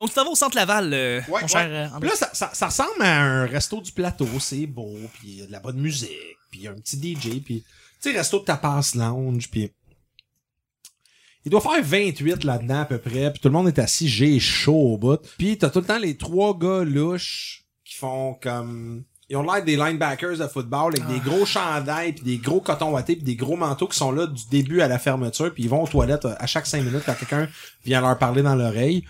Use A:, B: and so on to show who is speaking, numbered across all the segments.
A: On se va au centre Laval, euh,
B: Ouais,
A: mon cher
B: ouais.
A: euh, André.
B: Puis là, ça, ça- ça ressemble à un resto du plateau, c'est beau, puis il y a de la bonne musique, puis il y a un petit DJ, puis tu sais, resto de tapas lounge, puis il doit faire 28 là-dedans à peu près, puis tout le monde est assis, j'ai chaud au bout. Puis t'as tout le temps les trois gars louches qui font comme... Ils ont l'air des linebackers de football avec des gros chandails, puis des gros cotons wattés, puis des gros manteaux qui sont là du début à la fermeture, puis ils vont aux toilettes euh, à chaque cinq minutes quand quelqu'un vient leur parler dans l'oreille.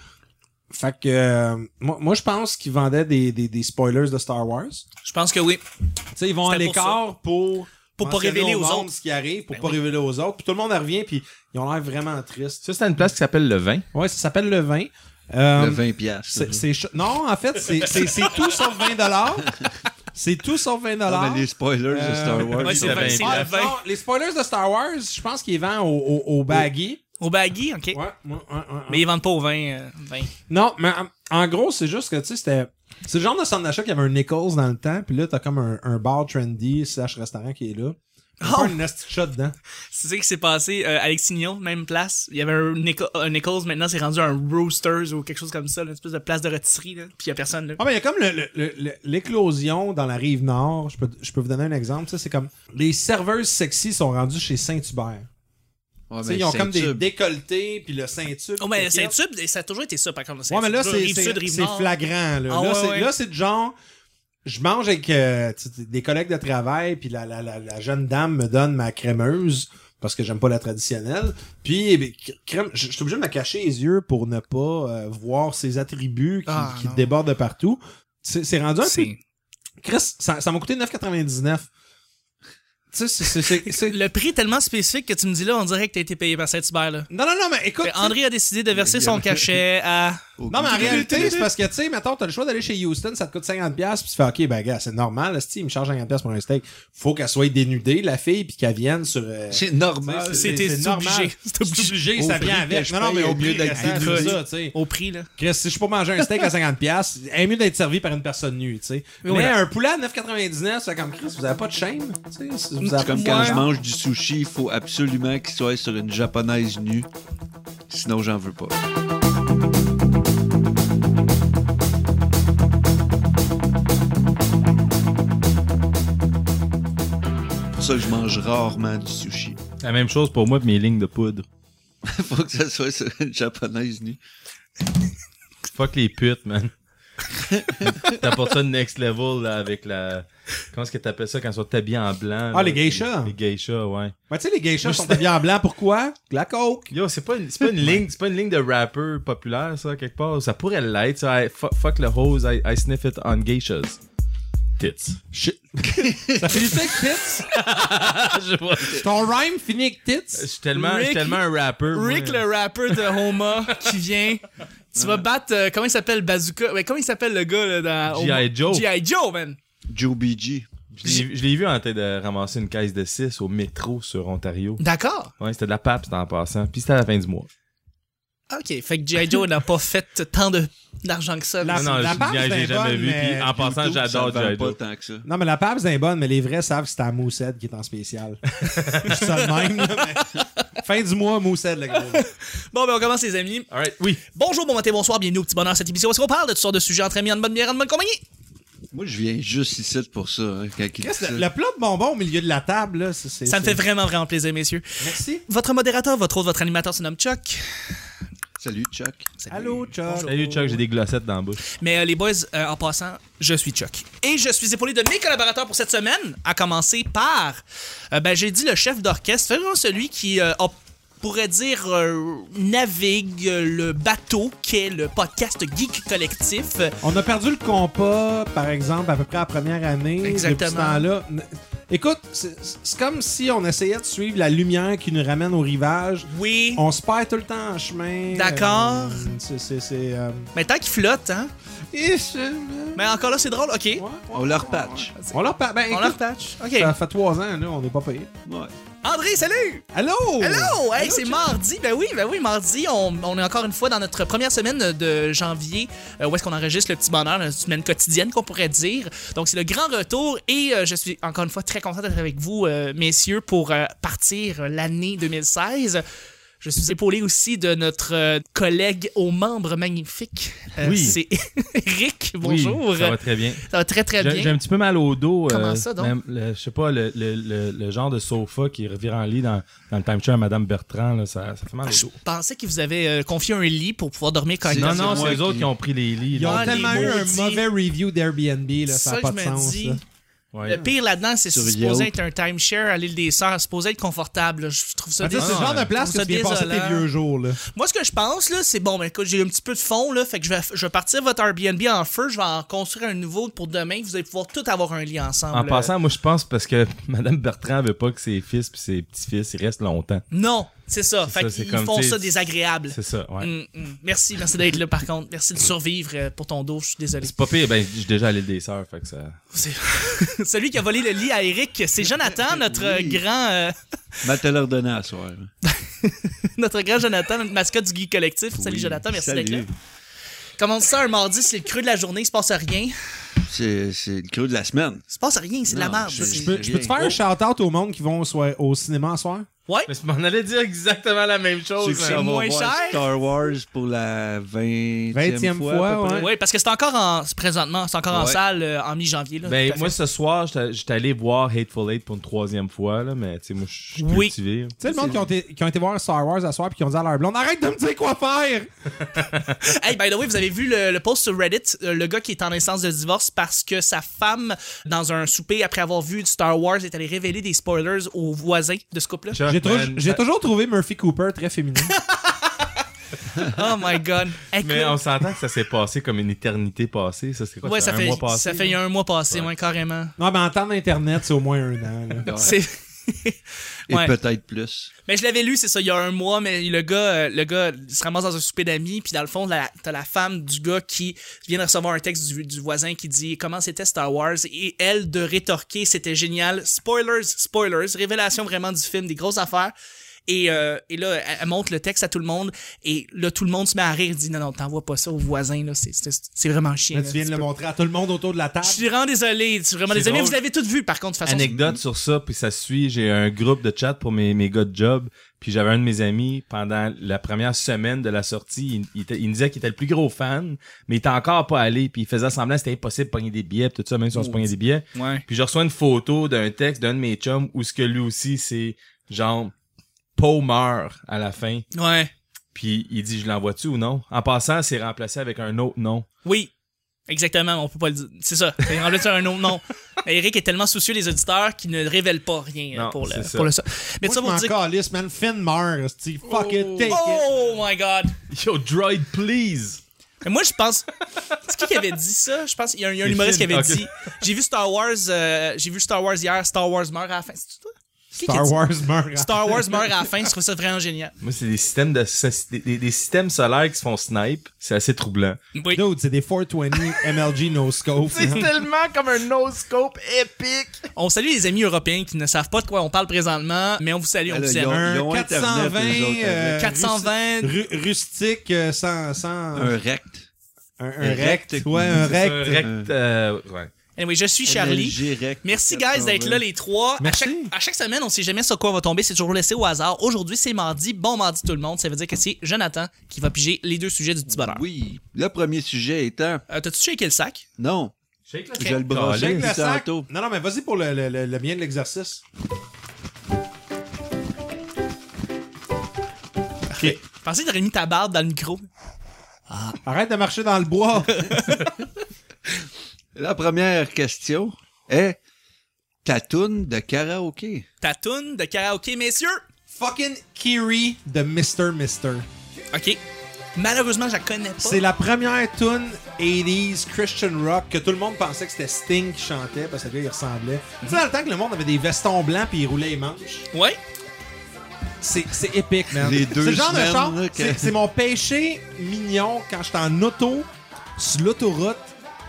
B: Fait que euh, moi, moi, je pense qu'ils vendaient des, des, des spoilers de Star Wars.
A: Je pense que oui.
B: Tu sais, ils vont à
A: C'était pour
B: l'écart pour
A: Pour pas
B: mentionner
A: révéler
B: au
A: aux
B: monde Ben
A: autres.
B: ce qui arrive, pour pas révéler aux autres. Puis tout le monde en revient puis ils ont l'air vraiment tristes.
C: Ça, c'est une place qui s'appelle Le Vin.
B: Ouais, ça s'appelle le vin. Euh,
D: Le 20 piastres.
B: c'est- c'est ch- non, en fait, c'est c'est- c'est tout sauf 20 dollars. C'est tout sauf 20
D: Ah,
B: dollars.
D: mais les spoilers de
B: Euh,
D: Star Wars.
A: Ouais, c'est
C: le
A: vingt-
C: vin,
A: c'est
B: Ah,
A: le vin.
B: non, les spoilers de Star Wars, je pense qu'ils vendent au, au, au baggy.
A: Au baggy, OK.
B: Ouais, ouais, ouais, ouais,
A: Mais ils vendent pas au vin. euh, vin.
B: Non, mais en- en gros, c'est juste que, tu sais, c'était... C'est le genre de centre d'achat qu'il y avait un Nichols dans le temps, puis là, t'as comme un, un bar trendy slash restaurant qui est là. Il y a
A: Oh!
B: pas un nasty shot dedans.
A: C'est ça qui s'est passé. Euh, Alex Signon, même place. Il y avait un, Nico- un Nichols, maintenant c'est rendu un Roosters ou quelque chose comme ça, là, une espèce de place de rôtisserie. là. Puis il y a personne là.
B: Ah, ben, il y a comme le- le- le- le- l'éclosion dans la rive nord. Je peux, je peux vous donner un exemple. Ça, c'est comme... Les serveuses sexy sont rendues chez Saint-Hubert.
D: Ouais,
B: Tu sais,
D: mais
B: ils ont
D: c'est
B: comme
D: un
B: des
D: tube.
B: décolletés, puis le Saint-Tube.
A: Ah, ben, Oh, mais Saint-Tube, ça a toujours été ça, par contre.
B: Ouais, mais là, c'est
A: Rive
B: c'est-
A: sud, rive
B: c'est
A: nord.
B: flagrant. Là,
A: Ah,
B: Là,
A: ouais,
B: c'est-
A: ouais.
B: là, c'est du genre... Je mange avec euh, tu sais, des collègues de travail, puis la, la, la, la jeune dame me donne ma crémeuse, parce que j'aime pas la traditionnelle. Puis, eh bien, crème, je je suis obligé de me cacher les yeux pour ne pas euh, voir ses attributs qui,
A: Ah,
B: qui
A: non.
B: débordent de partout. C'est c'est rendu un peu...
A: C'est-
B: Chris, ça ça m'a coûté 9,99. Tu sais, c'est- c'est- c'est... c'est-
A: Le prix est tellement spécifique que tu me dis là, on dirait que t'as été payé par Saint-Hubert. là.
B: Non, non, non, mais écoute...
A: Fait André a décidé de verser son cachet à.
B: Non, mais en réalité, c'est parce que, tu sais, mettons, t'as le choix d'aller chez Houston, ça te coûte 50$, puis tu fais, OK, ben, gars, c'est normal, là, il me charge 50$ pour un steak. Faut qu'elle soit dénudée, la fille, puis qu'elle vienne sur. euh,
D: C'est normal.
B: tu sais,
A: C'est- c'est obligé. C'est obligé.
B: obligé,
D: Au
B: ça vient
D: prix que
B: avec.
D: je
B: Non, non,
D: paye,
B: mais au
D: au
B: mieux
D: mieux
B: d'être
D: d'être
B: dénudé.
A: dénudé.
B: ça, tu sais.
A: Au prix, là.
B: Chris, si je peux manger un steak à 50$, il est mieux d'être servi par une personne nue, tu sais. Mais
A: voilà.
B: un poulet à 9,99$, c'est comme Chris, vous avez pas de shame, tu sais. si vous avez
D: C'est
B: pas
D: comme
B: de
D: quand
B: shame.
D: je mange du sushi, il faut absolument qu'il soit sur une japonaise nue. Sinon, j'en veux pas. pour ça que je mange rarement du sushi.
C: La même chose pour moi et mes lignes de poudre.
D: faut que ça soit sur une japonaise nue.
C: Fuck les putes, man. T'apportes ça de next level là, avec la. Comment est-ce que t'appelles ça quand ils sont habillés en blanc?
B: Ah,
C: là,
B: les geishas.
C: Les, les geishas, ouais.
B: Mais tu sais, les geishas sont habillés en blanc, pourquoi? De La coke.
C: Yo, c'est pas, une- c'est pas une ligne, c'est pas une ligne de rapper populaire, ça, quelque part. Ça pourrait l'être, ça. Hey, fuck, fuck le hose, I, I sniff it on geishas. Tits.
B: Shit. ça finit avec tits?
C: je vois.
B: Ton rhyme finit avec
C: Je
B: tits?
C: suis tellement, je suis
A: Rick-
C: tellement un rapper. moi.
A: Rick, le rappeur de Homa, qui vient. Tu vas battre. euh, comment il s'appelle Bazooka Ouais, Comment il s'appelle le gars là, dans.
C: G.I.
A: Homa?
C: Joe.
A: G.I. Joe, man.
D: Joe BG.
C: Je l'ai- je l'ai vu en train de ramasser une caisse de 6 au métro sur Ontario.
A: D'accord.
C: Ouais, c'était de la pape, c'était en passant. Puis c'était à la fin du mois.
A: Ok, fait que G.I. Joe n'a pas fait tant de- d'argent que ça.
B: La-
A: là.
C: non, non,
B: la
C: je-
B: pape,
C: je l'ai
B: Ah, c'est
C: jamais
B: bonne,
C: vu.
B: mais
C: Puis en passant,
D: YouTube,
C: j'adore
D: ça vend
C: G.I.
D: pas
C: Joe.
D: tant que ça.
B: Non, mais la pâte, c'est bonne, mais les vrais savent que c'est à Moussed qui est en spécial. Je dis ça de même. là, mais- Fin du mois, Moussed, le gros.
A: Bon, ben on commence, les amis.
C: Alright, oui.
A: Bonjour, bon matin, bonsoir, bienvenue au petit bonheur cette émission. Est-ce qu'on parle de toutes sortes de sujets entre amis, en bonne bière, en bonne compagnie?
D: Moi, je viens juste ici pour ça. hein, quand il dit
B: Qu'est-ce
D: ça.
B: que- Le plat de bonbons au milieu de la table, là, c'est. c'est-
A: Ça me fait
B: c'est-
A: vraiment, vraiment plaisir, messieurs.
B: Merci.
A: Votre modérateur, votre autre, votre animateur se nomme Chuck.
D: Salut, Chuck.
B: Allô, Chuck.
C: Salut Chuck, j'ai des glossettes dans la bouche.
A: Mais euh, les boys, euh, en passant, je suis Chuck. Et je suis épaulé de mes collaborateurs pour cette semaine, à commencer par, euh, ben, j'ai dit le chef d'orchestre, vraiment celui qui, euh, a- pourrait dire, euh, navigue euh, le bateau qu'est le podcast Geek Collectif.
B: On a perdu le compas, par exemple, à peu près la première année.
A: Exactement.
B: Depuis ce temps-là. N- Écoute, c'est c'est comme si on essayait de suivre la lumière qui nous ramène au rivage.
A: Oui,
B: On se perd tout le temps en chemin.
A: D'accord.
B: Euh, c'est- c'est- c'est, euh,
A: mais tant qu'il flotte, hein.
B: ish, euh,
A: Mais encore là, c'est drôle, ok.
B: ouais, ouais,
D: On leur patch.
B: On leur parle. Ben,
A: On
B: écoute,
A: leur patch. Ok.
B: Ça fait trois ans, là, on n'est pas payé.
D: Ouais.
A: André, salut!
B: Allô?
A: Hello! Hey,
B: Allô,
A: c'est
B: Chuck?
A: mardi. Ben oui, ben oui, mardi. On, on est encore une fois dans notre première semaine de janvier, euh, où est-ce qu'on enregistre le petit bonheur, une semaine quotidienne qu'on pourrait dire. Donc, c'est le grand retour et euh, je suis encore une fois très content d'être avec vous, euh, messieurs, pour euh, partir euh, l'année 2016. Je suis épaulé aussi de notre euh, collègue aux membres magnifiques. Euh,
C: Oui.
A: C'est Eric.
C: Oui,
A: Bonjour.
C: ça va très bien.
A: Ça va très, très
C: J'ai j'ai
A: bien.
C: un petit peu mal au dos. euh,
A: Comment ça, donc?
C: même le- je sais pas, le, le- le- le genre de sofa qui revire en lit dans, dans le time show à Madame Bertrand, là, ça, ça fait mal au
A: Je
C: dos.
A: pensais qu'il vous avait euh, confié un lit pour pouvoir dormir
D: C'est-
A: correctement.
C: Non, non,
D: c'est moi
C: c'est eux autres
D: qui-
C: qui ont pris les lits.
B: Ils ont
C: là.
A: Ah, les
B: tellement eu un
A: maudits.
B: mauvais review d'Airbnb, là,
A: C'est
B: ça
A: ça
B: n'a
A: que
B: pas
A: je
B: de
A: me
B: sens.
A: dis.
B: là. Ben,
C: Ouais.
A: Le pire là-dedans, c'est
D: Sur
A: supposé
D: Yelp.
A: être un timeshare à l'île des Sœurs, supposé être confortable. là. Je trouve ça
B: Ah, tu sais, c'est le
A: désolant.
B: genre de
A: Je
B: place
A: trouve
B: que
A: ça
B: tu viens passer tes
A: désolant.
B: vieux jours. Là.
A: Moi, ce que je pense, là, c'est bon, ben, écoute, j'ai un petit peu de fond, là, fait que je vais, je vais partir votre Airbnb en feu, je vais en construire un nouveau pour demain, vous allez pouvoir tout avoir un lit ensemble.
C: En
A: Euh,
C: passant, moi, je pense parce que Madame Bertrand veut pas que ses fils puis ses petits-fils ils restent longtemps.
A: Non, c'est ça. Fait
C: ça, c'est
A: qu'ils
C: comme,
A: font
C: tu sais,
A: ça désagréable.
C: C'est ça, ouais.
A: Hum, hum. Merci, merci d'être là, par contre. Merci de survivre euh, pour ton dos, je suis désolé.
C: C'est pas pire, ben, j'ai déjà allé des sœurs, fait que ça.
A: C'est- Celui qui a volé le lit à Eric, c'est Jonathan, notre euh, grand... euh,
D: Matt, elle a redonné à soir.
A: notre grand Jonathan, notre mascotte du Geek Collectif. Salut
D: Oui.
A: Jonathan, merci
D: Salut.
A: d'être là. Comment ça, un mardi, c'est le creux de la journée, il se passe rien. Il
D: C'est c'est le creux de la semaine.
A: se passe rien, c'est de la
D: Non,
A: merde.
D: je-
A: c'est-
D: je
B: Peux- Je peux te faire un shout-out au monde qui vont au, soir- au cinéma ce soir?
A: Ouais,
C: Mais je m'en allais dire exactement la même chose.
A: Oh, C'est-
C: mais on va
A: moins
C: voir.
A: cher.
D: Star Wars pour la 20e,
B: 20e
D: fois.
B: fois,
D: à peu près.
B: ouais.
A: ouais, parce que c'est encore en... Présentement, c'est encore en
D: Ouais.
A: salle euh, en mi-janvier. là, tout à
C: Ben,
A: fait.
C: moi, ce soir, j'étais j'étais allé voir Hateful Eight pour une troisième fois, là, mais tu sais, moi, je suis
A: Oui.
C: cultivé.
B: Tu sais, le monde qui ont, été, qui ont été voir Star Wars ce soir et qui ont dit à leur blonde Arrête de me dire quoi faire!
A: Hey, by the way, vous avez vu le, le post sur Reddit, euh, le gars qui est en instance de divorce parce que sa femme, dans un souper, après avoir vu du Star Wars, est allée révéler des spoilers aux voisins de ce couple-là.
C: Chuck,
B: J'ai, trou-
C: man,
B: j'ai
C: ça-
B: toujours trouvé Murphy Cooper très féminin.
A: Oh my god. Hey,
C: Mais
A: écoute,
C: on s'entend que ça s'est passé comme une éternité passée. Ça, c'est quoi?
A: ouais,
C: c'est
A: ça
C: un
A: fait,
C: mois passé.
A: ça fait il y a un mois passé,
C: Ouais.
A: ouais, carrément.
B: non, mais en temps d'Internet, c'est au moins un an. là.
D: Ouais.
A: C'est.
D: Et
A: Ouais.
D: peut-être plus.
A: Mais je l'avais lu, c'est ça, il y a un mois, mais le gars, euh, le gars il se ramasse dans un souper d'amis, puis dans le fond, la- t'as la femme du gars qui vient de recevoir un texte du, du voisin qui dit comment c'était Star Wars, et elle de rétorquer, c'était génial. Spoilers, spoilers, révélation vraiment du film, des grosses affaires. Et, euh, et là, elle- elle montre le texte à tout le monde, et là, tout le monde se met à rire, dit non, non, t'envoies pas ça au voisin, là, c'est- c'est c'est vraiment chiant.
B: Là, tu viens de le montrer à tout le monde autour de la table.
A: Je suis vraiment désolé, je suis vraiment
C: C'est
A: désolé, mais
C: drôle.
A: vous l'avez toutes vu par contre, de toute façon.
C: Anecdote sur ça, puis ça suit. J'ai un groupe de chat pour mes, mes gars de job. Puis j'avais un de mes amis, pendant la première semaine de la sortie, il, il, était- il me disait qu'il était le plus gros fan, mais il était encore pas allé. Puis il faisait semblant que c'était impossible de pogner des billets, puis tout ça, même si on se pognait des billets.
A: Ouais.
C: Puis je reçois une photo d'un texte d'un de mes chums où ce que lui aussi, c'est genre, Poe meurt à la fin.
A: Ouais.
C: Puis il dit, je l'envoie-tu ou non? En passant, c'est remplacé avec un autre nom.
A: Oui, exactement, on peut pas le dire. C'est ça, c'est en plus un autre nom. Eric est tellement soucieux des auditeurs qu'il ne révèle pas rien euh,
C: Non,
A: pour, le,
C: c'est ça.
A: pour le ça. Mais
B: Moi,
A: ça
B: je
A: pour
B: m'en
A: dire.
B: calisse, man. Finn meurt, Steve. Fuck it, take it.
A: Oh my god!
C: Yo, droid, please!
A: Mais moi, je pense. C'est qui qui avait dit ça? Je pense qu'il y a un, il y a un
C: C'est
A: humoriste qui
C: Finn,
A: avait
C: ok.
A: dit. J'ai vu Star Wars. euh, J'ai vu Star Wars hier. Star Wars meurt à la fin. C'est toi? C'est qui qui a
B: Star
A: dit-
B: Wars meurt.
A: Star Wars meurt à la fin. Je trouve ça vraiment génial.
C: Moi, c'est des systèmes de soci- des, des- des systèmes solaires qui se font snipe. C'est assez troublant.
A: Oui.
B: Dude, c'est des 420 MLG no scope.
C: tellement comme un no-scope épique!
A: On salue les amis européens qui ne savent pas de quoi on parle présentement, mais on vous salue, on
B: Ben
D: Ah, là,
A: vous
D: ils
A: aime.
D: ont-
B: un
D: Internet,
B: 420
D: les autres,
B: euh,
A: 420.
B: ru- rustique euh, sans, sans un,
D: Un rect.
B: un
D: un
B: rect,
D: rect.
B: ouais un
C: Un
B: rect.
C: rect, euh, ouais.
A: Anyway, je suis Charlie.
D: NLG rect.
A: Merci, guys, d'être là, les trois.
B: Merci.
A: À, chaque, à chaque semaine, on sait jamais sur quoi on va tomber. C'est toujours laissé au hasard. Aujourd'hui, c'est mardi. Bon mardi, tout le monde. Ça veut dire que c'est Jonathan qui va piger les deux sujets du petit bonheur.
D: Oui. Le premier sujet étant.
A: Euh, T'as-tu shaké le sac?
D: Non.
C: Shake
D: Je le branche
B: Check le
D: tantôt.
B: sac. Non non mais vas-y pour le, le, le, le bien de l'exercice. Ok.
A: Je pensais que t'aurais mis ta barbe dans le micro.
B: Arrête de marcher dans le bois.
D: La première question est ta toune de karaoké.
A: Ta toune de karaoké, messieurs.
B: Fucking Kiri de Mr. Mister.
A: OK. Malheureusement, je la connais pas.
B: C'est la première tune 80s Christian rock que tout le monde pensait que c'était Sting qui chantait parce que le gars il ressemblait. Tu sais dans le temps que le monde avait des vestons blancs puis il roulait les manches.
A: Ouais?
B: C'est c'est épique, man.
D: Les deux
B: C'est le genre de
D: semaines,
B: char.
D: là, que-
B: c'est- C'est mon péché mignon quand j'étais en auto, sur l'autoroute,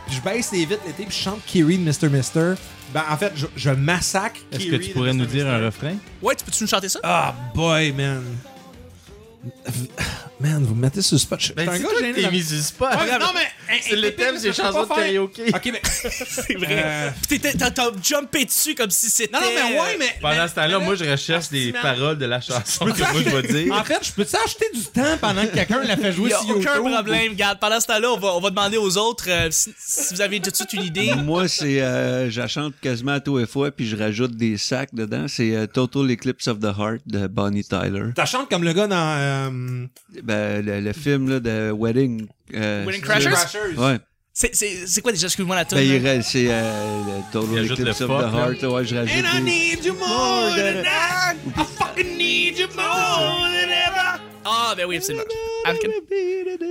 B: puis je baisse les vitres l'été, puis je chante Kiri de Mr. Mister. Ben, en fait, je, je massacre
C: Est-ce
B: Kiri
C: que tu
B: de
C: pourrais
B: Mr.
C: nous dire
B: Mister.
C: un refrain?
A: Ouais, tu peux-tu nous chanter ça?
B: Ah, boy, man. Man, vous me mettez sur le spot. Je suis
C: Ben,
B: un
C: c'est
B: gars
C: toi qui
B: gêné.
C: t'es
B: dans-
C: mis sur le spot.
B: Ouais, non, mais.
C: C'est le thème, c'est
B: je peux
C: chansons
B: pas
C: de
B: faire.
C: karaoké.
B: Ok, mais.
A: C'est vrai.
B: Euh,
A: Puis t'es- T'as t'as jumpé dessus comme si c'était.
B: Non, non, mais ouais, mais.
C: Pendant
B: mais-
C: ce temps-là,
B: mais
C: moi, je recherche des
B: man.
C: paroles de la chanson que moi, je vais dire.
B: En fait, je peux t'acheter du temps pendant que quelqu'un la fait
A: Il
B: jouer
A: n'y a
B: sur
A: aucun
B: YouTube?
A: problème, garde. Pendant ce temps-là, on va, on va demander aux autres euh, si, si vous avez tout de suite une idée.
B: Mm.
D: Moi, c'est. Euh, J'achante quasiment à tous les fois, puis je rajoute des sacs dedans. C'est euh, Total Eclipse of the Heart de Bonnie Tyler.
B: T'as chanté comme le gars dans. euh,
D: Ben, le, le film là, de Wedding. euh,
A: Wedding
D: c'est-
A: Crashers?
D: Ouais.
A: C'est- C'est c'est quoi déjà, excuse-moi la
D: Ben, il
A: tune? là?
D: reste, c'est euh, le
C: Il
D: Total
C: ajoute le
D: Eclipse of
C: fuck,
D: the
C: là.
D: Heart. là, Ouais, je rajoute.
B: And I
D: des-
B: need you more than I, I fucking need you more than ever.
A: Ah, ben oui, absolument. Arcane.
D: Tu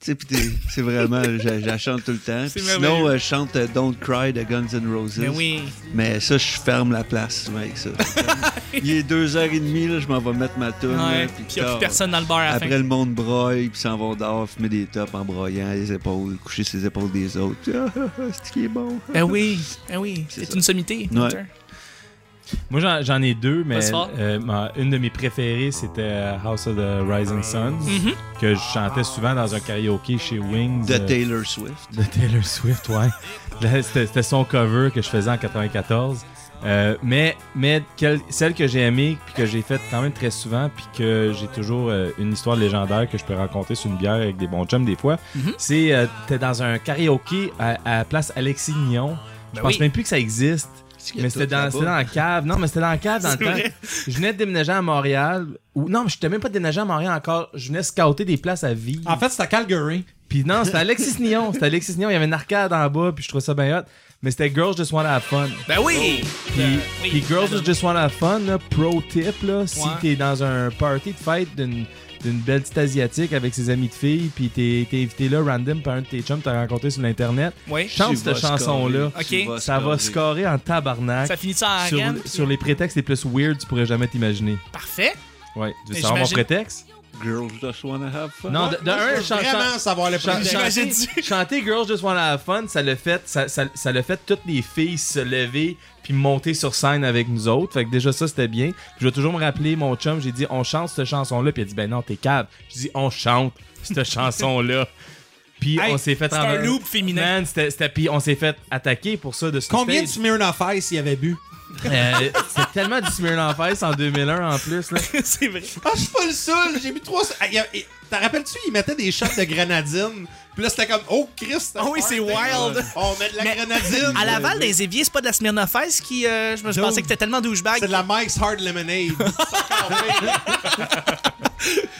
D: sais, puis t'es- C'est vraiment, je, je la chante tout le temps. Puis sinon,
A: merveilleux.
D: euh, je chante euh, Don't Cry de Guns N' Roses.
A: Ben oui.
D: Mais ça, je ferme la place, mec. Ça. Il est 2h30, là, je m'en vais mettre ma toune. là,
A: Ouais.
D: puis
A: Ben Puis il n'y a
D: tard.
A: plus personne dans le bar à la
D: Après,
A: fin.
D: le monde broille, puis s'en vont dehors, fumer des tops en broyant les épaules, coucher ses épaules des autres. Ah, ah, ah, c'est qui est bon.
A: Ben oui, ben oui. C'est
D: ça.
A: une sommité.
D: Ouais.
A: Hunter.
C: Moi, j'en- j'en ai deux, mais
A: Vas-y fort.
C: euh, ma- une de mes préférées, c'était euh, House of the Rising Sun,
A: Mhm.
C: que je chantais souvent dans un karaoké chez Wings.
D: De
C: euh,
D: Taylor Swift.
C: de Taylor Swift, ouais. Là, C'était c'était son cover que je faisais en 94. Euh, mais mais quelle- celle que j'ai aimée, puis que j'ai faite quand même très souvent, puis que j'ai toujours euh, une histoire légendaire que je peux raconter sur une bière avec des bons chums des fois,
A: Mhm.
C: c'est euh, t'es dans un karaoké à, à place Alexis Mignon. Je
A: Ben
C: pense
A: oui.
C: même plus que ça existe. Mais c'était dans, c'était dans la cave. Non, mais c'était dans la cave dans le temps. Je venais de déménager à Montréal. Ou, non, mais je n'étais même pas déménagé à Montréal encore. Je venais scouter des places à vie.
B: En fait, c'est à Calgary.
C: Puis non, c'était Alexis Nyon. C'était Alexis Nyon. Il y avait une arcade en bas, puis je trouvais ça bien hot. Mais c'était Girls Just Wanna Have Fun.
A: Ben oui!
C: Puis,
A: oui,
C: puis Girls
A: madame.
C: Just Wanna Have Fun, là, pro tip, là, si
A: Ouais.
C: t'es dans un party de fête d'une d'une belle petite asiatique avec ses amis de filles, puis t'es t'es invité là, random, par un de tes chums que t'as rencontré sur l'internet,
A: Oui.
C: chante cette chanson-là. Ça va scorer en tabarnak.
A: Ça finit ça à
C: sur,
A: Arcane?
C: sur les prétextes les plus weird, tu pourrais jamais t'imaginer.
A: Parfait.
C: Ouais, tu veux
A: Mais
C: savoir mon
A: j'imagine-
C: prétexte?
D: Girls just wanna have fun. Ah,
C: Non, de, de
B: Je
C: un,
B: veux
C: chan-
B: vraiment
C: chan-
B: savoir le
C: chan-
B: prétexte.
A: J'imagine-
C: chanter, chanter Girls Just Wanna Have Fun, ça l'a fait, ça, ça, ça l'a fait toutes les filles se lever puis monter sur scène avec nous autres. Fait que déjà ça, c'était bien. Puis je vais toujours me rappeler, mon chum, j'ai dit, on chante cette chanson-là. Puis il a dit, ben non, t'es cave. Je dis, on chante cette chanson-là. Puis
B: Hey,
C: on s'est fait
A: C'est un
C: envers-
A: loop féminin.
C: Man, c'était, c'était- puis on s'est fait attaquer pour ça de ce
B: Combien de Smirnoff Ice il avait bu?
C: Euh, c'est tellement du Smirnoff Ice en 2001 en plus. Là.
A: C'est vrai.
B: Ah, je suis pas le seul, j'ai bu trois. Ah, il y a- il- T'en rappelles-tu, il mettait des shots de grenadine. Puis là, c'était comme, oh Christ!
A: Ah oui,
B: party.
A: c'est wild.
B: On met de la
A: Mais-
B: grenadine.
A: À Laval, dans les éviers, c'est pas de la Smirnoff Ice qui. euh, je me- je
B: Dude.
A: pensais que t'étais tellement douchebag.
B: C'est de la Mike's Hard Lemonade.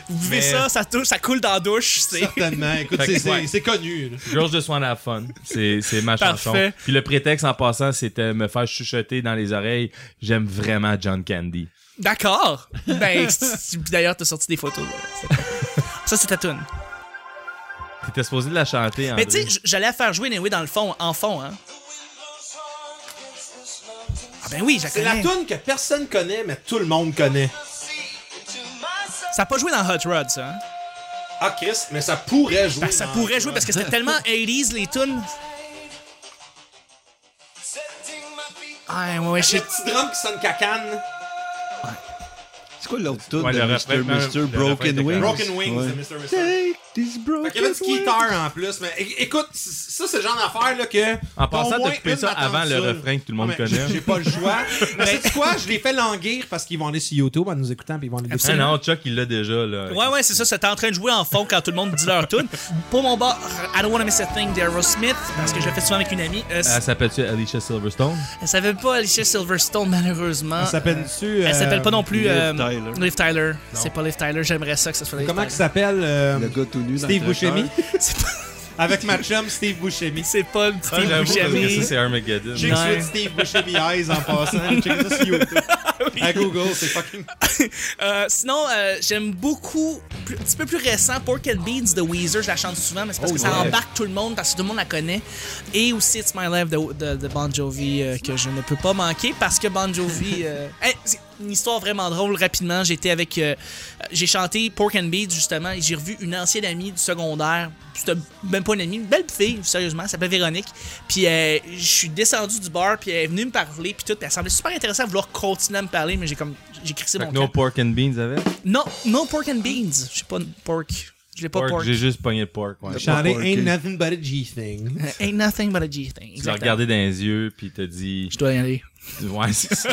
A: Vous buvez
C: Mais-
A: ça, ça, touche, ça coule dans la douche. C'est.
B: Certainement. Écoute,
C: Fait que
B: c'est-
C: ouais.
B: c'est c'est connu. là.
C: Girls Just Wanna Have Fun. C'est, c'est ma chanson.
A: Parfait.
C: Puis le prétexte en passant, c'était me faire chuchoter dans les oreilles. J'aime vraiment John Candy.
A: D'accord. Ben, c'est- c'est- puis d'ailleurs, t'as sorti des photos. Ça, c'est ta toune.
C: T'étais supposé de la chanter en
A: Mais tu sais, j- j'allais la faire jouer Néwé dans le fond, en fond, hein. Ah ben oui, je la
B: C'est la
A: connais.
B: toune que personne connaît, mais tout le monde connaît.
A: Ça a pas joué dans Hot Rod, ça. hein?
B: Ah, Chris, mais ça pourrait jouer.
A: Ah, Ben, Ça
B: dans-
A: pourrait jouer parce que c'était tellement 80s, les tunes. Ah, ouais, ouais, je
B: Le petit drum qui sonne cacane.
D: C'est quoi l'autre tune
C: Ouais,
D: de
C: le
D: Mr.
C: refrain, le-
D: Mr.
C: le
D: Broken
C: refrain était
D: Wings?
B: Broken Wings
D: Ouais.
B: de Mr. Mr.
D: Take these broken
B: Fait qu'il y avait du guitare en plus, mais é- écoute, c- ça c'est le genre d'affaire là que.
C: En passant,
B: au moins
C: t'as coupé
B: une
C: ça
B: m'attend
C: avant le
B: seule.
C: refrain que tout le monde
B: Ah, mais
C: connaît.
B: j'ai- J'ai pas le choix. mais c'est quoi, je l'ai fait languir parce qu'ils vont aller sur YouTube en nous écoutant puis ils vont aller
C: Ah
A: Absolument.
C: non, Chuck, il l'a déjà. Là.
A: Ouais, ouais, c'est ça, c'était en train de jouer en fond quand tout le monde dit leur tune. Pour mon bar, I don't wanna miss a thing d'Aerosmith, parce que je le fais souvent avec une amie. Euh,
D: Ah,
C: Elle Ah, s'appelle-tu Alicia Silverstone?
A: Elle s'appelle pas Alicia Silverstone, malheureusement.
B: Elle s'appelle-tu.
A: Elle s'appelle pas non plus euh,
D: Liv Tyler.
A: Liv Tyler. C'est pas Liv Tyler, j'aimerais ça que ce soit Liv
B: Comment
A: Tyler.
B: il s'appelle euh,
D: Le gars tout nu dans
B: Steve
D: le tracteur.
B: Buscemi
A: C'est pas-
B: Avec ma chum Steve Buscemi.
A: C'est pas le petit
C: j'avoue, parce que ça,
A: Buscemi.
C: c'est Armageddon.
B: Check
A: Non.
B: sur Steve Buscemi Eyes en passant. Check ça sur YouTube. À Google, c'est fucking.
A: Euh, sinon, euh, j'aime beaucoup, plus- un petit peu plus récent, Pork and Beans de Weezer. Je la chante souvent, mais c'est parce
B: Oh,
A: que ça
B: ouais.
A: embarque tout le monde, parce que tout le monde la connaît. Et aussi It's My Life de, de- de Bon Jovi, euh, que je ne peux pas manquer, parce que Bon Jovi... euh, hey, c'est- une histoire vraiment drôle rapidement. J'étais avec. euh, j'ai chanté Pork and Beans justement et j'ai revu une ancienne amie du secondaire. C'était même pas une amie, une belle fille, sérieusement. Elle s'appelait Véronique. Puis euh, je suis descendu du bar, puis elle est venue me parler, puis tout. Puis elle semblait super intéressante à vouloir continuer à me parler, mais j'ai comme. J'ai crissé
C: Fait
A: mon
C: que no
A: camp.
C: pork and beans avec.
A: Non, non, Pork and Beans. Je sais pas, pork. Je l'ai pas
C: Pork,
A: pork.
C: J'ai juste pogné le pork. Ouais.
D: Le
C: Tu
D: pork.
B: Chanter
D: Pas
B: Ain't
D: porky.
B: Nothing But a G-Thing.
A: Ain't nothing but a G thing.
C: l'as
A: Exactement.
C: regardé dans les yeux, puis t'as dit.
A: Je dois y aller.
C: Ouais, c'est ça.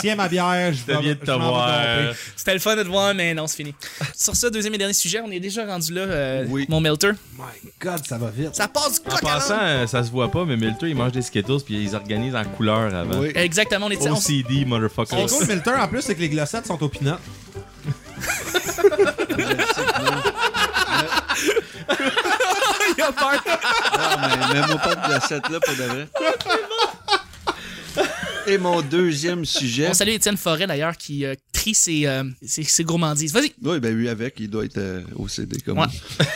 B: Tiens ma bière, je
C: T'as
B: vais
C: bien de te
B: je m'en vais
C: voir.
B: domper.
A: C'était le fun de te voir, mais non, c'est fini. Sur ce, deuxième et dernier sujet, on est déjà rendu là, euh,
D: Oui.
A: mon Melter.
B: My God, ça va vite.
A: Ça passe du
C: En
A: coq à
C: passant,
A: l'âne.
C: euh, ça se voit pas, mais Milton, il mange des Skittles puis ils organisent en couleur avant.
D: Oui.
A: Exactement, on est on-
C: OCD, motherfucker.
B: C'est cool, Milter, en plus, c'est que les glossettes sont au pinot.
A: Il a peur.
D: Ah, mais même pas de glacettes là pour de vrai. Et mon deuxième sujet.
A: On salue Étienne Forêt d'ailleurs qui euh, trie ses, euh, ses, ses gourmandises. Vas-y.
D: Oui, ben lui avec, il doit être euh, au CD comme
A: Ouais.
D: moi.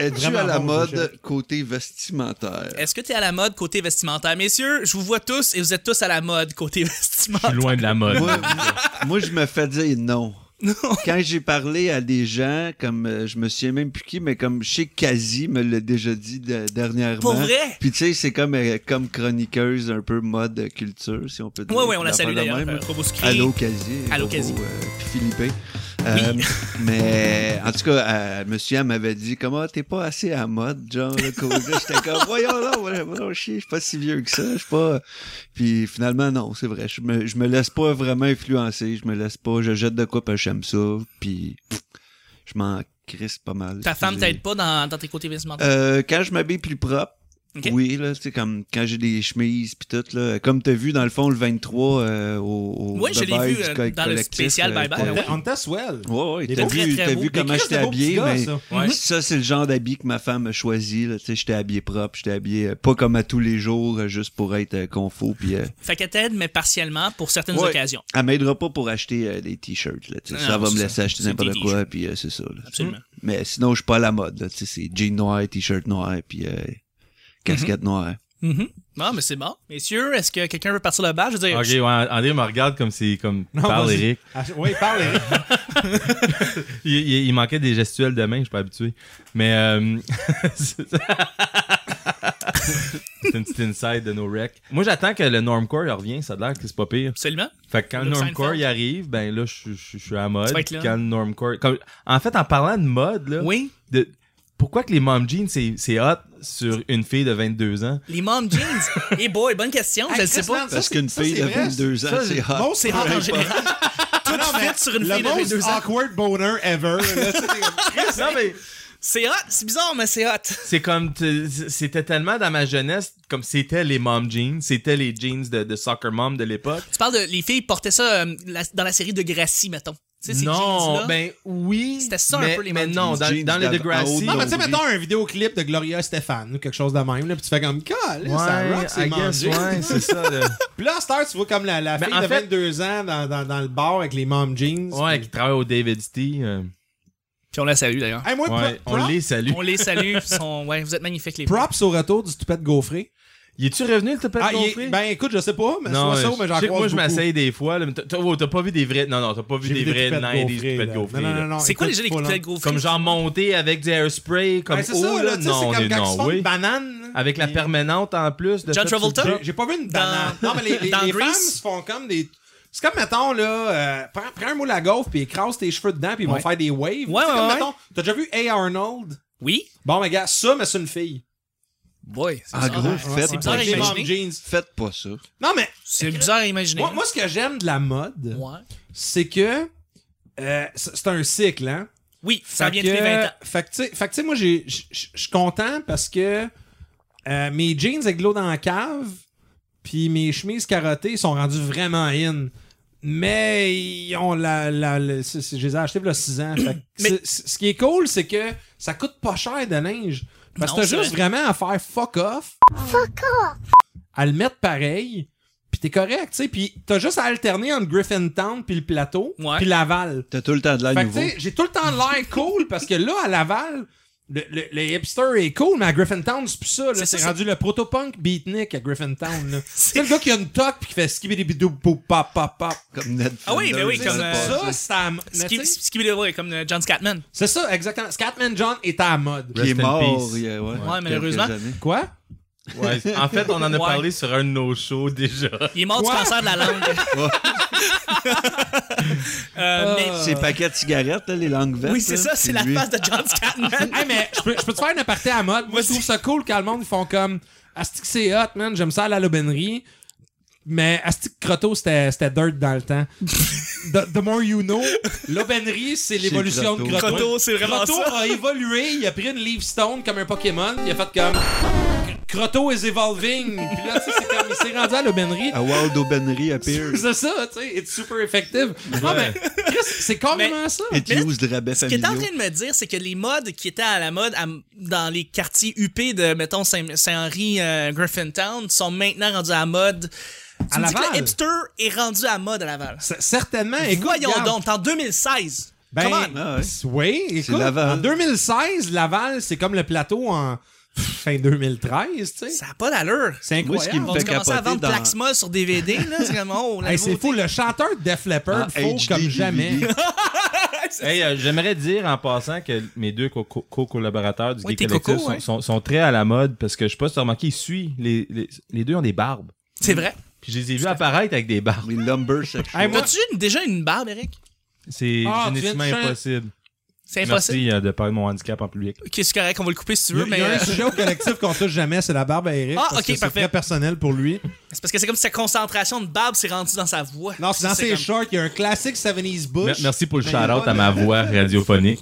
D: Es-tu
B: Vraiment
D: à la
B: bon,
D: mode
B: Roger.
D: côté vestimentaire?
A: Est-ce que t'es à la mode côté vestimentaire? Messieurs, je vous vois tous et vous êtes tous à la mode côté
C: Je
A: vestimentaire.
C: suis loin de la mode.
D: Moi, moi, je me fais dire non. Quand j'ai parlé à des gens, comme euh, je me souviens même plus qui, mais comme chez Kazi me l'a déjà dit de- dernièrement.
A: Pour vrai?
D: Puis tu sais, c'est comme, euh, comme chroniqueuse un peu mode euh, culture, si on peut dire.
A: Ouais, ouais, on la
D: L'affaire
A: salue
D: de
A: d'ailleurs.
D: même.
A: euh, Robo Sucré.
D: Allô, Casier.
A: Allô,
D: Bobo,
A: Casier.
D: euh, puis Philippin. Euh, mais en tout cas, euh, Monsieur Anne m'avait dit comment t'es pas assez à mode, genre le COVID. J'étais comme voyons là, voilà, voilà, chier, je suis pas si vieux que ça, je suis pas. Puis finalement non, c'est vrai, je me, je me laisse pas vraiment influencer, je me laisse pas, je jette de quoi parce que j'aime ça, puis pff, je m'en crisse pas mal.
A: Ta femme
D: J'ai-
A: t'aide pas dans, dans tes côtés vestimentaires.
D: euh, quand je m'habille plus propre.
A: Ok.
D: Oui, là, tu sais, comme quand j'ai des chemises puis tout, là. Comme t'as vu, dans le fond, le 23 euh, au, au
A: Oui, je
D: de
A: l'ai
D: bye
A: vu,
D: du
A: euh,
D: co-
A: dans le
D: collectif,
A: spécial
D: euh,
A: Bye Bye,
D: qu'on-
A: ouais.
B: On était swell.
D: Ouais, ouais,
A: Il
D: t'as
A: était très,
D: vu,
A: très
D: t'as
A: beau.
D: vu
A: Mais
D: comment
B: Christ,
D: j'étais
B: c'est beau petit
D: habillé,
B: gars,
D: mais
B: ça.
C: Ouais.
D: ça, c'est le genre d'habit que ma femme me choisit, là. Tu sais, j'étais habillé propre, j'étais habillé euh, pas comme à tous les jours, euh, juste pour être euh, confo, puis euh,
A: Fait qu'elle t'aide, mais partiellement pour certaines
D: Ouais.
A: occasions.
D: elle m'aidera pas pour acheter euh, des t-shirts, là. tu sais.
A: Non,
D: ça va
A: c'est
D: me
A: ça.
D: laisser acheter
A: C'est
D: n'importe
A: des
D: quoi, puis euh, c'est ça, là.
A: Absolument.
D: Mais sinon, je suis pas à la mode, là. Tu sais, c'est jean noir, t-shirt noir, puis euh, casquette noire.
A: Mhm. Non, mais c'est bon. Messieurs, est-ce que quelqu'un veut partir le bas? Je veux dire,
C: Ok, ouais, André me regarde comme c'est comme
B: Non,
C: parle
B: vas-y.
C: Eric.
B: Ah, Oui, parle, Eric.
C: Il, il- il manquait des gestuels de main, je suis pas habitué. Mais euh, c'est c'est une petite inside de nos recs. Moi, j'attends que le normcore il revient. Ça a l'air que c'est pas pire.
A: absolument.
C: Fait que quand
A: Le
C: le normcore
A: Seinfeld.
C: il arrive, ben là, je je- je suis à la mode.
A: Tu vas être là.
C: Quand le normcore, comme- en fait, en parlant de mode, là,
A: Oui.
C: de- pourquoi que les mom jeans c'est c'est hot sur une fille de 22 ans
A: Les mom jeans. Eh boy, bonne question. je
B: Hey,
A: ne sais
B: Chris,
A: pas.
B: man, ça,
D: Parce
B: c'est-
D: qu'une
B: ça,
D: fille
B: c'est
D: de
B: vrai,
D: 22 ans,
B: ça,
D: c'est hot.
B: c'est
A: Ah, en général. Tout
B: Non, mais
A: fait sur une
B: le
A: fille de 22
B: most
A: ans.
B: awkward boner ever. là, tu sais, t'es comme, Christ,
C: Non mais
A: C'est hot. C'est bizarre, mais c'est hot.
C: c'est comme t- c'était tellement dans ma jeunesse comme c'était les mom jeans, c'était les jeans de, de soccer mom de l'époque.
A: Tu parles de. Les filles portaient ça euh, la- dans la série de Gracie, mettons. Tu sais, ces
C: Non,
A: jeans-là.
C: ben oui.
A: C'était ça un
C: mais,
A: peu, les
C: Mais
A: mom
C: non,
D: jeans.
C: dans,
D: Jeans
C: dans les
D: d'avant- en haut
C: Degrassi.
D: de
B: Non, mais
C: Ouais,
B: tu sais, mettons un vidéoclip de Gloria Stéphane ou quelque chose de même, là, puis tu fais comme, Calais, ça rock, c'est
C: I guess,
B: mangé.
C: ouais, c'est ça. le-
B: Puis là, à cette heure, tu vois comme la, la
C: Mais
B: fille
C: en
B: de
C: fait-
B: 22 ans dans, dans, dans le bar avec les mom jeans.
C: Ouais,
B: Puis-
C: qui travaille au David T. euh,
A: Puis on la salue d'ailleurs.
B: Hey, moi,
C: ouais,
B: pro-
C: on
B: prop-
C: les salue.
A: On les salue. ils sont- ouais, vous êtes magnifiques, les
B: props au retour du toupette gaufré.
C: Y es-tu revenu le tapette
B: Ah, il est-
C: gonflé?
B: ben écoute, je sais pas, mais
C: non,
B: soit ça
C: euh,
B: ou mais
C: je
B: j'en
C: sais que
B: croise
C: moi je
B: beaucoup.
C: m'essaye des fois. là, mais t'as- T'as oh, t'as pas vu des vrais. Non, non, t'as pas vu
B: J'ai
C: des
B: vu des
C: vrais
B: toupettes
C: 90s
B: gaufrées,
C: toupettes
B: là.
C: gaufrées.
B: Non, non,
C: là.
B: non, non,
A: C'est quoi
B: écoute
A: déjà les
B: pas, là.
A: coups de gros
C: Comme genre monté avec du airspray, comme
B: Ben, c'est
C: oh,
B: ça,
C: là,
B: là, tu sais,
C: non,
B: c'est comme
C: non,
B: quand ils se font
C: oui.
B: une banane. là.
C: Avec la permanente en plus. De
A: John
C: fait, sur le
A: Travolta?
C: top.
B: J'ai- J'ai pas vu une
A: Dans-
B: banane. Non, mais les, les,
A: dans
B: les
A: Grease?
B: femmes se font comme des. C'est comme, mettons, là, euh, prends, prends un moule à gaufre, puis écrase tes cheveux dedans, puis ils
A: Ouais.
B: vont faire des waves. C'est
A: ouais,
B: comme,
A: ouais.
B: mettons, t'as déjà vu Hey Arnold?
A: Oui. Ah,
B: Bon, mais gars, ça, mais c'est une fille.
A: Boy. c'est
D: En
A: bizarre.
D: gros,
A: Ouais.
D: faites
A: c'est
D: pas
A: bizarre à
D: ça.
B: Les mom
A: imaginer.
B: jeans.
D: Faites pas ça.
B: Non, mais
A: C'est bizarre à imaginer.
B: moi, moi, ce que j'aime de la mode,
A: Ouais.
B: c'est que euh, c- c'est un cycle, hein?
A: Oui, ça
B: Fait
A: vient
B: que- euh,
A: de les 20 ans.
B: Fait que, tu sais- fait que, tu sais, moi, j'ai- je je- je suis content parce que euh, mes jeans avec de l'eau dans la cave, puis mes chemises carottées sont rendues vraiment in. Mais ils ont la, la, la- c'est- c'est- je les ai achetées il y a 6 ans. Fait que
A: Mais-
B: c'est- c'est- ce qui est cool, c'est que ça coûte pas cher de linge. Parce
A: Non,
B: que t'as
A: c'est
B: juste vraiment à faire fuck off. Fuck off! À le mettre pareil, puis t'es correct, tu sais. Puis t'as juste à alterner entre Griffintown, puis le plateau,
A: Ouais.
B: puis Laval.
D: T'as tout le temps de l'air
B: Fait que,
D: nouveau.
B: tu sais, j'ai tout le temps l'air cool parce que là, à Laval, Le, le- le hipster est cool, mais à Griffintown, c'est plus ça. là.
A: C'est ça,
B: C'est
A: c'est-
B: rendu le protopunk beatnik à Griffintown. là. C'est le gars qui a une toque puis qui fait skibidibidou pop pop pop.
D: Comme Ned
A: Ah oui, mais oui,
D: Flanders,
A: comme,
D: ça
A: euh,
D: se passe.
B: Ça, c'est à... mais tu
A: Skip-
B: sais,
A: Skip Little Boy, comme euh, John Scatman.
B: C'est ça, exactement. Scatman John est à la mode.
D: qui est
C: Rest in
D: mort
C: peace.
D: il y a, ouais, quelques
A: malheureusement.
D: années.
B: Quoi?
C: Ouais. En fait, on en
A: Ouais.
C: a parlé sur un de nos shows déjà.
A: Il est mort
B: Quoi?
A: du cancer de la langue.
B: Ah.
A: Euh, mais-
D: Ces paquets de cigarettes, là, les langues vertes.
A: oui, c'est ça, c'est la face de John Scatman.
B: hey, mais je peux, je peux te faire une aparté à la mode. Moi, je trouve ça cool quand le monde ils font comme Astic, c'est hot, man. J'aime ça à la lobennerie. Mais Astic Crotto, c'était c'était dirt dans le temps. the, the more you know, l'aubainerie, c'est l'évolution de
D: Crotto.
B: Crotto.
A: Crotto, c'est vraiment
B: Crotto
A: ça.
B: a évolué, il a pris une leaf stone comme un Pokémon, il a fait comme Crotto is evolving. Puis là, tu sais, c'est comme il s'est rendu à l'aubainerie.
D: À Wild O'Benry à Pierce.
B: C'est ça, tu sais, it's super effective. Non, mais Chris, c'est carrément ça.
D: Et tu
A: Mais là,
D: uses de rabais
A: Ce que t'es en
D: familiaux.
A: train de me dire, c'est que les modes qui étaient à la mode à- dans les quartiers huppés de, mettons, Saint- Saint-Henri, euh, Griffintown, sont maintenant rendus à la mode. Tu
B: À
A: me dis
B: Laval?
A: que le hipster est rendu à la mode à Laval.
B: C- Certainement, écoute.
A: Voyons
B: regarde,
A: donc, t'es en 2016.
B: Ben,
A: Comment?
D: Ah ouais.
B: oui, écoute,
D: Laval.
B: en 2016, Laval, c'est comme le plateau en fin 2013, tu sais.
A: Ça n'a pas d'allure.
B: C'est
D: Moi, ce
B: incroyable.
D: qui me
A: On
D: fait
A: a commencé à
D: capoter
A: vendre
D: dans-
A: Plaxma sur DVD, là. C'est comme, oh, la
B: Hey, c'est
A: nouveauté.
B: fou, le chanteur de Def Leppard,
D: En
B: faux
D: HD
B: comme jamais.
D: DVD.
C: Hey, euh, j'aimerais dire en passant que mes deux co- co- co-collaborateurs du
A: Oui,
C: Geek
A: tes
C: Collective
A: cocos,
C: sont,
A: ouais.
C: sont- sont très à la mode parce que je sais pas si tu as remarqué, ils suivent. Les, les, les deux ont des barbes.
A: C'est vrai.
C: Puis je les ai vus apparaître avec des barbes.
D: Les lumber sections.
B: Hey, moi-
A: T'as-tu une- déjà une barbe, Eric?
C: C'est
B: Ah, tu viens de
C: génétiquement
B: changer-
C: impossible.
A: C'est impossible.
C: Merci euh, de parler de mon handicap en public.
A: Ok, c'est correct, on va le couper si tu
B: Il y a,
A: veux,
B: il
A: mais
B: y a
A: euh,
B: un sujet au collectif qu'on touche jamais, c'est la barbe à Eric.
A: Ah,
B: parce
A: ok,
B: que c'est
A: parfait.
B: très personnel pour lui.
A: c'est parce que c'est comme si sa concentration de barbe s'est rendue dans sa voix.
B: Non, c'est dans ses
A: comme-
B: shorts, il y a un classique 70s
C: Me-
B: Bush.
C: Merci pour le
A: Ben,
B: Mais il y a
C: shout-out
B: pas
C: à
B: de-
C: ma voix radiophonique.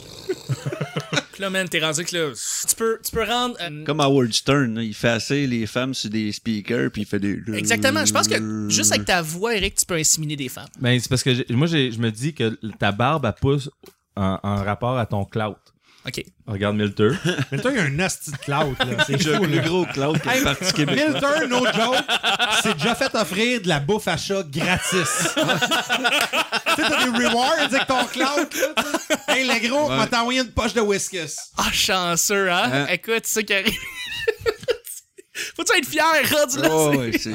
A: Puis Là, man, t'es rendu que là, tu peux, tu peux rendre. euh,
D: Comme Howard Stern, là, il fait assez les femmes sur des speakers, puis il fait des.
A: Exactement. Je pense que juste avec ta voix, Eric, tu peux inséminer des femmes.
C: Ben, c'est parce que j'ai- moi, j'ai- je me dis que ta barbe, elle pousse en, en rapport à ton clout.
A: OK.
C: Regarde Milter.
B: Mais toi, il y a un hostie de clout, là. C'est
D: J'ai
B: fou,
D: un plus
B: là.
D: gros cloud que le Parti québécois.
B: Milton, no joke, s'est déjà fait offrir de la bouffe à chat gratis. tu sais, t'as des rewards avec ton cloud. là, tu sais. Hey, le gros, on m'a t'envoyé une poche de whiskas.
A: Ah, chanceux, hein?
D: Hein?
A: Écoute, c'est ça qui arrive. Faut-tu être fier, rendu là?
D: Oh,
A: c'est-
D: ouais, c'est.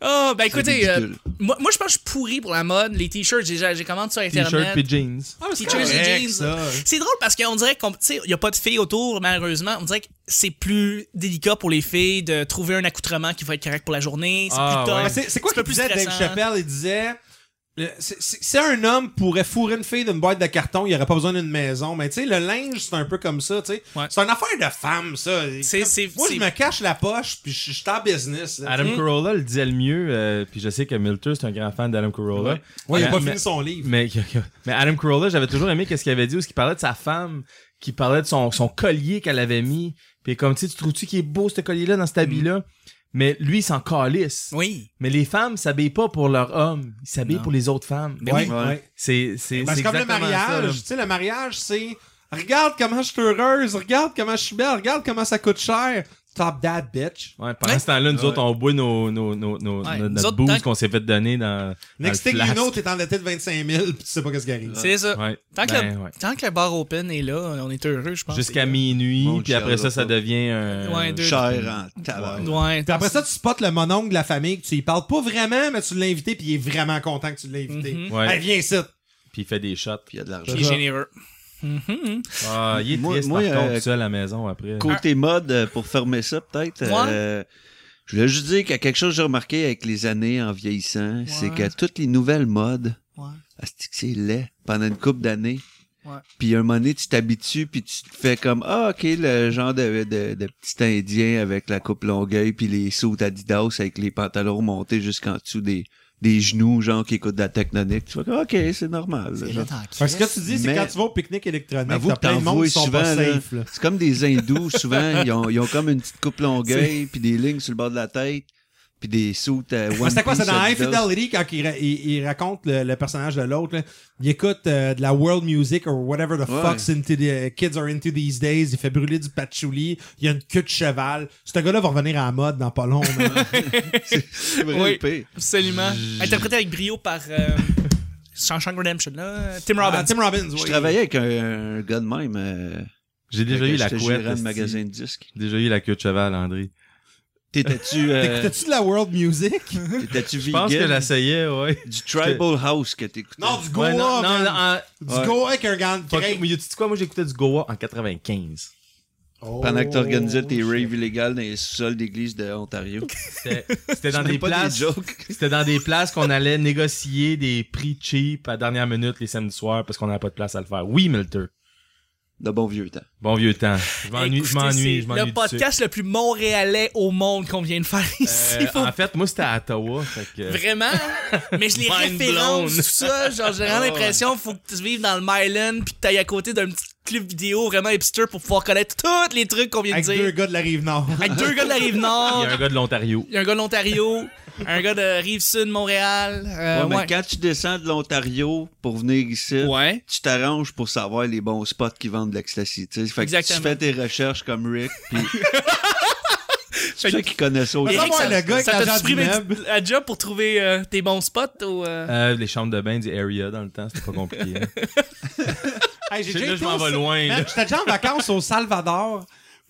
A: Ah, ben
D: C'est
A: écoutez, euh,
D: ridicule.
A: moi, moi, je pense que je suis pourri pour la mode. Les t-shirts, j'ai- j'ai j'ai commandé sur Internet.
C: T-shirt puis jeans.
A: T-shirts et
B: correct,
A: jeans.
B: ça.
A: C'est drôle parce qu'on dirait qu'on, tu sais, il y a pas de filles autour, malheureusement. On dirait que c'est plus délicat pour les filles de trouver un accoutrement qui va être correct pour la journée. C'est
C: Ah,
A: plus
C: ouais.
A: tough.
B: Mais C'est c'est quoi
A: C'est un
B: qu'il
A: peu
B: disait
A: plus
B: Dave
A: stressant.
B: Chappelle? Il disait... le- c'est- c'est- Si un homme pourrait fourrer une fille d'une boîte de carton, il aurait pas besoin d'une maison. Mais tu sais, le linge, c'est un peu comme ça, tu sais.
A: Ouais.
B: C'est une affaire de femme, ça.
A: C'est-
B: Comme-
A: c'est-
B: Moi,
A: c'est-
B: je me cache la poche, puis je je suis en business. là,
C: Adam
B: tu sais.
C: Carolla le disait le mieux, euh, puis je sais que Milter, c'est un grand fan d'Adam Carolla.
D: Ouais.
B: Ouais, il a
C: Mais-
B: pas
C: mais-
B: fini son livre.
C: Mais, mais Adam Carolla, j'avais toujours aimé qu'est-ce qu'il avait dit, où il parlait de sa femme, qui parlait de son, son collier qu'elle avait mis. Puis comme, tu sais, tu trouves-tu qu'il est beau ce collier-là
B: Mm.
C: dans cet habit-là? Mais lui, il s'en calisse.
A: Oui.
C: Mais les femmes s'habillent pas pour leur homme, ils s'habillent
A: Non.
C: pour les autres femmes.
D: oui.
B: Ouais,
D: Ouais.
B: Ben ouais.
C: C'est c'est
B: Ben,
C: c'est
B: c'est comme le
C: exactement
B: mariage. Tu
C: ça,
B: sais, le mariage, c'est regarde comment je suis heureuse, regarde comment je suis belle, regarde comment ça coûte cher. Stop that, bitch.
C: là. Ouais, pendant
A: Ouais.
C: ce temps-là, nous
D: Ouais.
C: autres, on boit nos, nos, nos, nos,
A: Ouais,
C: notre,
A: nous
C: notre
A: autres,
C: booze
A: tant-
C: qu'on s'est fait donner dans. dans
B: Next
C: le
B: thing you
C: flasque.
B: know, t'es endetté de 25 000 pis tu sais pas qu'est-ce qui arrive.
A: C'est ça.
C: Euh, Ouais.
A: Tant, que
C: Ben,
A: le,
C: ouais.
A: tant que le bar open est là, on est heureux, je pense.
C: Jusqu'à minuit,
D: Mon
C: puis après ça,
D: Sherlock
C: ça
D: Holmes.
C: devient un.
A: Ouais, deux-
D: Cher en tabac.
A: Ouais.
B: Puis après ça, tu spots le mononcle de la famille que tu y parles pas vraiment, mais tu l'as invité pis il est vraiment content que tu l'as invité.
A: Mhm.
C: Mm-hmm. Ouais.
B: Hey, viens ici.
C: Puis il fait des shots.
D: Puis il y a de l'argent.
A: Qui est généreux.
B: Mm-hmm.
A: Mhm.
C: Ah, il est
D: Moi-
C: triste
D: moi,
C: par
D: euh,
C: contre, seul à la maison après.
D: Côté mode, euh, pour fermer ça, peut-être.
A: Ouais.
D: euh, je voulais juste dire qu'il y a quelque chose que j'ai remarqué avec les années en vieillissant, c'est que toutes les nouvelles modes,
A: Ouais.
D: asti que c'est laid pendant une couple d'années.
A: Ouais.
D: Puis un moment donné, tu t'habitues, puis tu te fais comme Ah, ok, le genre de, de, de petit Indien avec la coupe longueuil, puis les sauts Adidas avec les pantalons montés jusqu'en dessous des, des genoux, genre qui écoutent de la tectonique. Tu fais comme, Ok, c'est normal. là, genre.
B: Fait que ce que tu dis, c'est
D: Mais-
B: quand tu vas au pique-nique électronique,
D: Mais vous,
B: t'as plein de monde
D: t'envoies
B: qui sont
D: souvent,
B: pas
D: là,
B: safe. là.
D: c'est comme des hindous, souvent, ils ont, ils ont comme une petite coupe longueuil, puis des lignes sur le bord de la tête, puis des sauts à
B: Ouais,
D: One
B: Ah, C'était quoi? C'est
D: Piece,
B: dans High
D: Adidas.
B: Fidelity quand il, ra- il- il raconte le, le personnage de l'autre. là. Il écoute euh, de la world music or whatever the
D: Ouais.
B: fuck's into the- uh, kids are into these days. Il fait brûler du patchouli. Il a une queue de cheval. Ce gars-là va revenir à la mode dans pas long. là.
D: C'est vrai,
A: Oui.
D: le pire.
A: Absolument. Interprété avec brio par euh, Shawshank Redemption, là. Tim
B: Ah,
A: Robbins.
B: Tim Robbins,
D: ben, Je
B: oui.
D: travaillais avec un, un gars de même. euh,
C: J'ai déjà
D: Fait que
C: eu la
D: j'étais
C: couette.
D: gérant de
C: esti.
D: magasin de disques.
C: Déjà eu la queue de cheval, André.
D: T'étais-tu euh,
B: T'écoutais-tu de la world music?
D: t'étais-tu
C: Je pense que
D: vegan?
C: j'essayais, ouais.
D: Du Tribal House que t'écoutais.
B: non, du Goa,
C: Ouais, non, non,
B: man.
C: non, en-
B: Du
D: Ouais.
B: Goa avec un gant de
C: fuck,
B: craie.
C: mais tu sais quoi, moi j'écoutais du Goa en 95.
D: Pendant que t'organisais
B: Oh,
D: tes
B: shit.
D: raves illégales dans les sols d'église d'Ontario.
C: C'était c'était dans
D: C'est
C: des
D: pas
C: places.
D: des jokes.
C: C'était dans des places qu'on allait négocier des prix cheap à dernière minute les samedis soirs parce qu'on n'avait pas de place à le faire. Oui, Milter.
D: De bon vieux temps.
C: Bon vieux temps. Je m'ennuie, je
A: Écoutez,
C: m'ennuie,
A: c'est
C: je m'ennuie.
A: Le
C: du sucre.
A: podcast le plus montréalais au monde qu'on vient de faire ici.
C: Euh,
A: Faut
C: En fait, moi c'était à Ottawa. fait que-
A: Vraiment? Mais je les
C: Mind
A: références,
C: blown.
A: tout ça, genre, j'ai vraiment l'impression faut que tu vives dans le Myland puis que t'ailles à côté d'un petit club vidéo vraiment hipster pour pouvoir connaître tous les trucs qu'on vient
B: Avec
A: de
B: deux
A: dire.
B: gars de la rive nord.
A: Avec deux gars de la
C: Il y
A: Rive-Nord,
C: a un gars de l'Ontario.
A: il y a un gars de l'Ontario, un gars de Rive-Sud, Montréal. euh,
D: Ouais, mais
A: ouais.
D: quand tu descends de l'Ontario pour venir ici,
A: Ouais.
D: tu t'arranges pour savoir les bons spots qui vendent de l'ecstasy. tu sais. Fait que tu
A: Exactement.
D: fais tes recherches comme Rick. Puis... C'est ça qu'ils connaissent au
B: Mais
A: Eric,
B: Comment
A: ça-
B: le gars avec
A: ça
B: l'agent
A: t'a
B: du
A: pris mes
B: meuble?
A: petits- à job pour trouver euh, tes bons spots ou euh,
C: Euh, les chambres de bain du area dans le temps, c'était pas compliqué. hein.
B: Hey, j'ai
C: Là,
B: déjà
C: je
B: été
C: m'en
B: au-
C: vais loin,
B: Man,
C: là.
B: J'étais déjà en vacances au Salvador.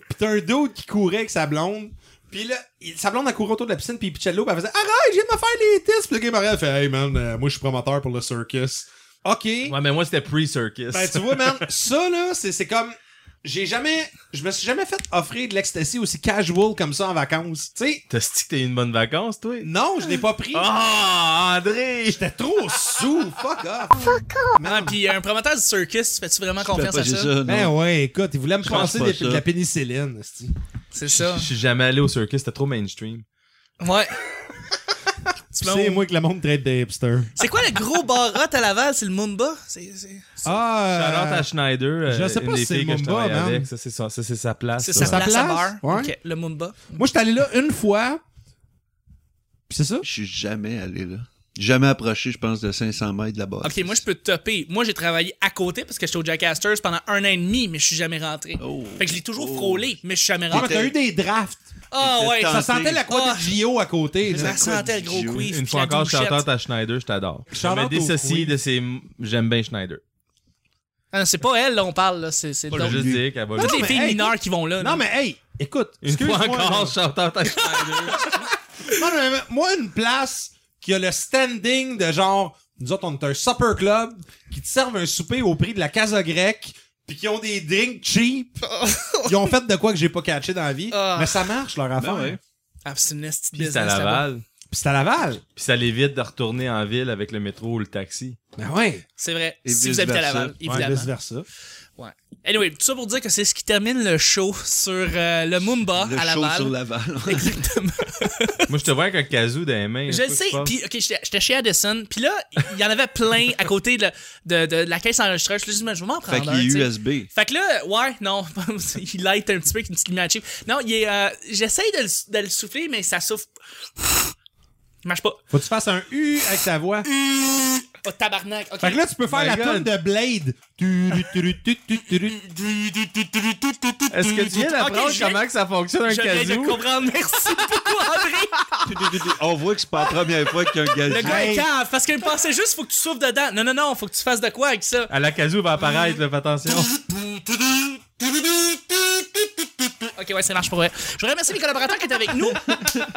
B: Pis t'as un dude qui courait avec sa blonde. Pis là, il- sa blonde a couru autour de la piscine. Pis il pitchait de l'eau. Pis elle faisait Arrête, je viens de me faire les tests. Pis le gars il m'arrête. il fait Hey man, euh, moi je suis promoteur pour le circus. Ok.
C: Ouais, mais moi c'était pre-circus.
B: Ben, tu vois, man, ça, là, c'est c'est comme. J'ai jamais. Je me suis jamais fait offrir de l'ecstasy aussi casual comme ça en vacances. Tu sais,
C: T'as dit que t'as eu une bonne vacance, toi?
B: non, je n'ai pas pris.
C: Ah, André!
B: J'étais trop sous. Fuck off.
A: ah,
B: Euh.
A: puis un promoteur du circus, fais-tu vraiment
D: Fais
A: confiance
D: pas
A: à
D: juste
A: ça?
D: ça,
B: Ben
D: non.
B: ouais, écoute, il voulait me
D: pense
B: passer
D: pas
B: des-
D: ça.
B: de la pénicilline. esti.
A: C'est
C: Je
A: ça.
C: suis jamais allé au circus, c'était trop mainstream.
A: Ouais. Tu
B: Tu
A: m'as-
B: sais, moi, que le monde traite des hipsters.
A: C'est quoi le gros barot à Laval? C'est le Mumba? C'est c'est-
C: Shout-out
B: Ah,
C: à Schneider. euh,
B: je sais pas
C: une
B: si
C: des
B: c'est
C: filles
B: le
C: que je
B: Mumba,
C: travaille
B: man.
C: avec. Ça, c'est ça- ça, c'est sa place.
A: C'est
C: ça.
A: sa
B: sa
A: place, à
B: place?
A: beurre.
B: Ouais.
A: Ok, le Mumba.
B: moi, j'étais allé là une fois. Pis c'est ça.
D: Je suis jamais allé là. Jamais approché, je pense, de 500 mètres de la bas
A: Ok, moi je peux te topper. Moi j'ai travaillé à côté parce que j'étais au Jack Astors pendant un an et demi, mais je suis jamais rentré.
D: Oh.
A: Fait que je l'ai toujours
D: Oh.
A: frôlé, mais je suis jamais
B: Ah, mais
A: rentré.
B: t'as eu des drafts.
A: Ah
D: T'étais
A: ouais,
D: tenté.
B: Ça
A: ça,
B: sentait la quoi
A: Ah.
B: de Gio à côté. là.
A: ça sentait le gros
D: Une-
A: quiff.
C: Une
A: puis
C: fois
A: la
C: encore,
A: douchette.
C: shout-out à Schneider, je t'adore. Je
B: Shout-out
C: me
B: au
C: dissocie
B: Queen.
C: de ces... J'aime bien Schneider.
A: Ah, non, c'est pas elle, là, on parle, là. C'est c'est
C: Je veux
A: d'autres-
C: juste dire qu'elle va...
A: toutes
B: Non,
A: les
B: mais
A: filles
B: hey,
A: mineures qui vont là.
B: Non,
A: là.
B: mais hey, écoute.
C: Une fois
B: excuse-moi, là.
C: encore, shout-out à Schneider.
B: Non, non, mais moi, une place qui a le standing de genre, nous autres, on est un supper club, qui te servent un souper au prix de la casa grecque, puis qui ont des drinks cheap. Ils ont fait de quoi que j'ai pas catché dans la vie.
A: Oh. Ah.
B: Mais ça marche, leur affaire.
C: ouais.
A: Ah, c'est une petite
C: Puis c'est à
A: business, là-bas.
C: Laval.
B: Puis c'est à Laval.
C: Puis ça l'évite de retourner en ville avec le métro ou le taxi.
B: Ben ouais.
A: C'est vrai.
D: Et
A: si vous habitez à
D: vice-versa.
A: Laval,
B: Ouais,
A: évidemment.
B: vice-versa.
A: Ouais. Anyway, tout ça pour dire que c'est ce qui termine le show sur euh, le Mumba
D: Le
A: à
D: show
A: Laval.
D: sur Laval.
A: Exactement.
C: Moi, je te vois avec un kazoo dans les mains.
A: Je le sais. Puis, ok, j'étais j'étais chez Addison. Puis là, il y en avait plein à côté de, de, de la caisse enregistreuse. Je me suis dit, mais je vais m'en
D: fait
A: prendre un.
D: qu'il
A: tu
D: est
A: sais.
D: USB.
A: Fait que là, ouais, non, il light un petit peu avec une petite lumière cheap. Non, il est, euh, j'essaye de, le- de le souffler, mais ça souffle. Il marche pas.
B: Faut que tu fasses un U avec ta voix.
A: Oh, tabarnak. ok.
B: Fait que là, tu peux faire
C: My
B: la
C: God.
B: tonne de Blade. Tudu, tudu, tudu, tudu, tudu.
C: Est-ce que tu viens d'apprendre
A: Ok, je viens-
C: comment que ça fonctionne un
A: Je viens de
C: kazoo?
A: comprendre. Merci beaucoup, André.
D: On voit que c'est pas la première fois qu'il y a un
A: Le
D: gars.
A: gars est
B: Hey.
A: cave, parce qu'il me pensait juste, faut que tu souffles dedans. Non, non, non, faut que tu fasses de quoi avec ça.
C: À Ah, la kazoo va apparaître, là, fais attention.
A: Ok, ouais, ça marche pour vrai. Je voudrais remercier mes collaborateurs qui étaient avec nous.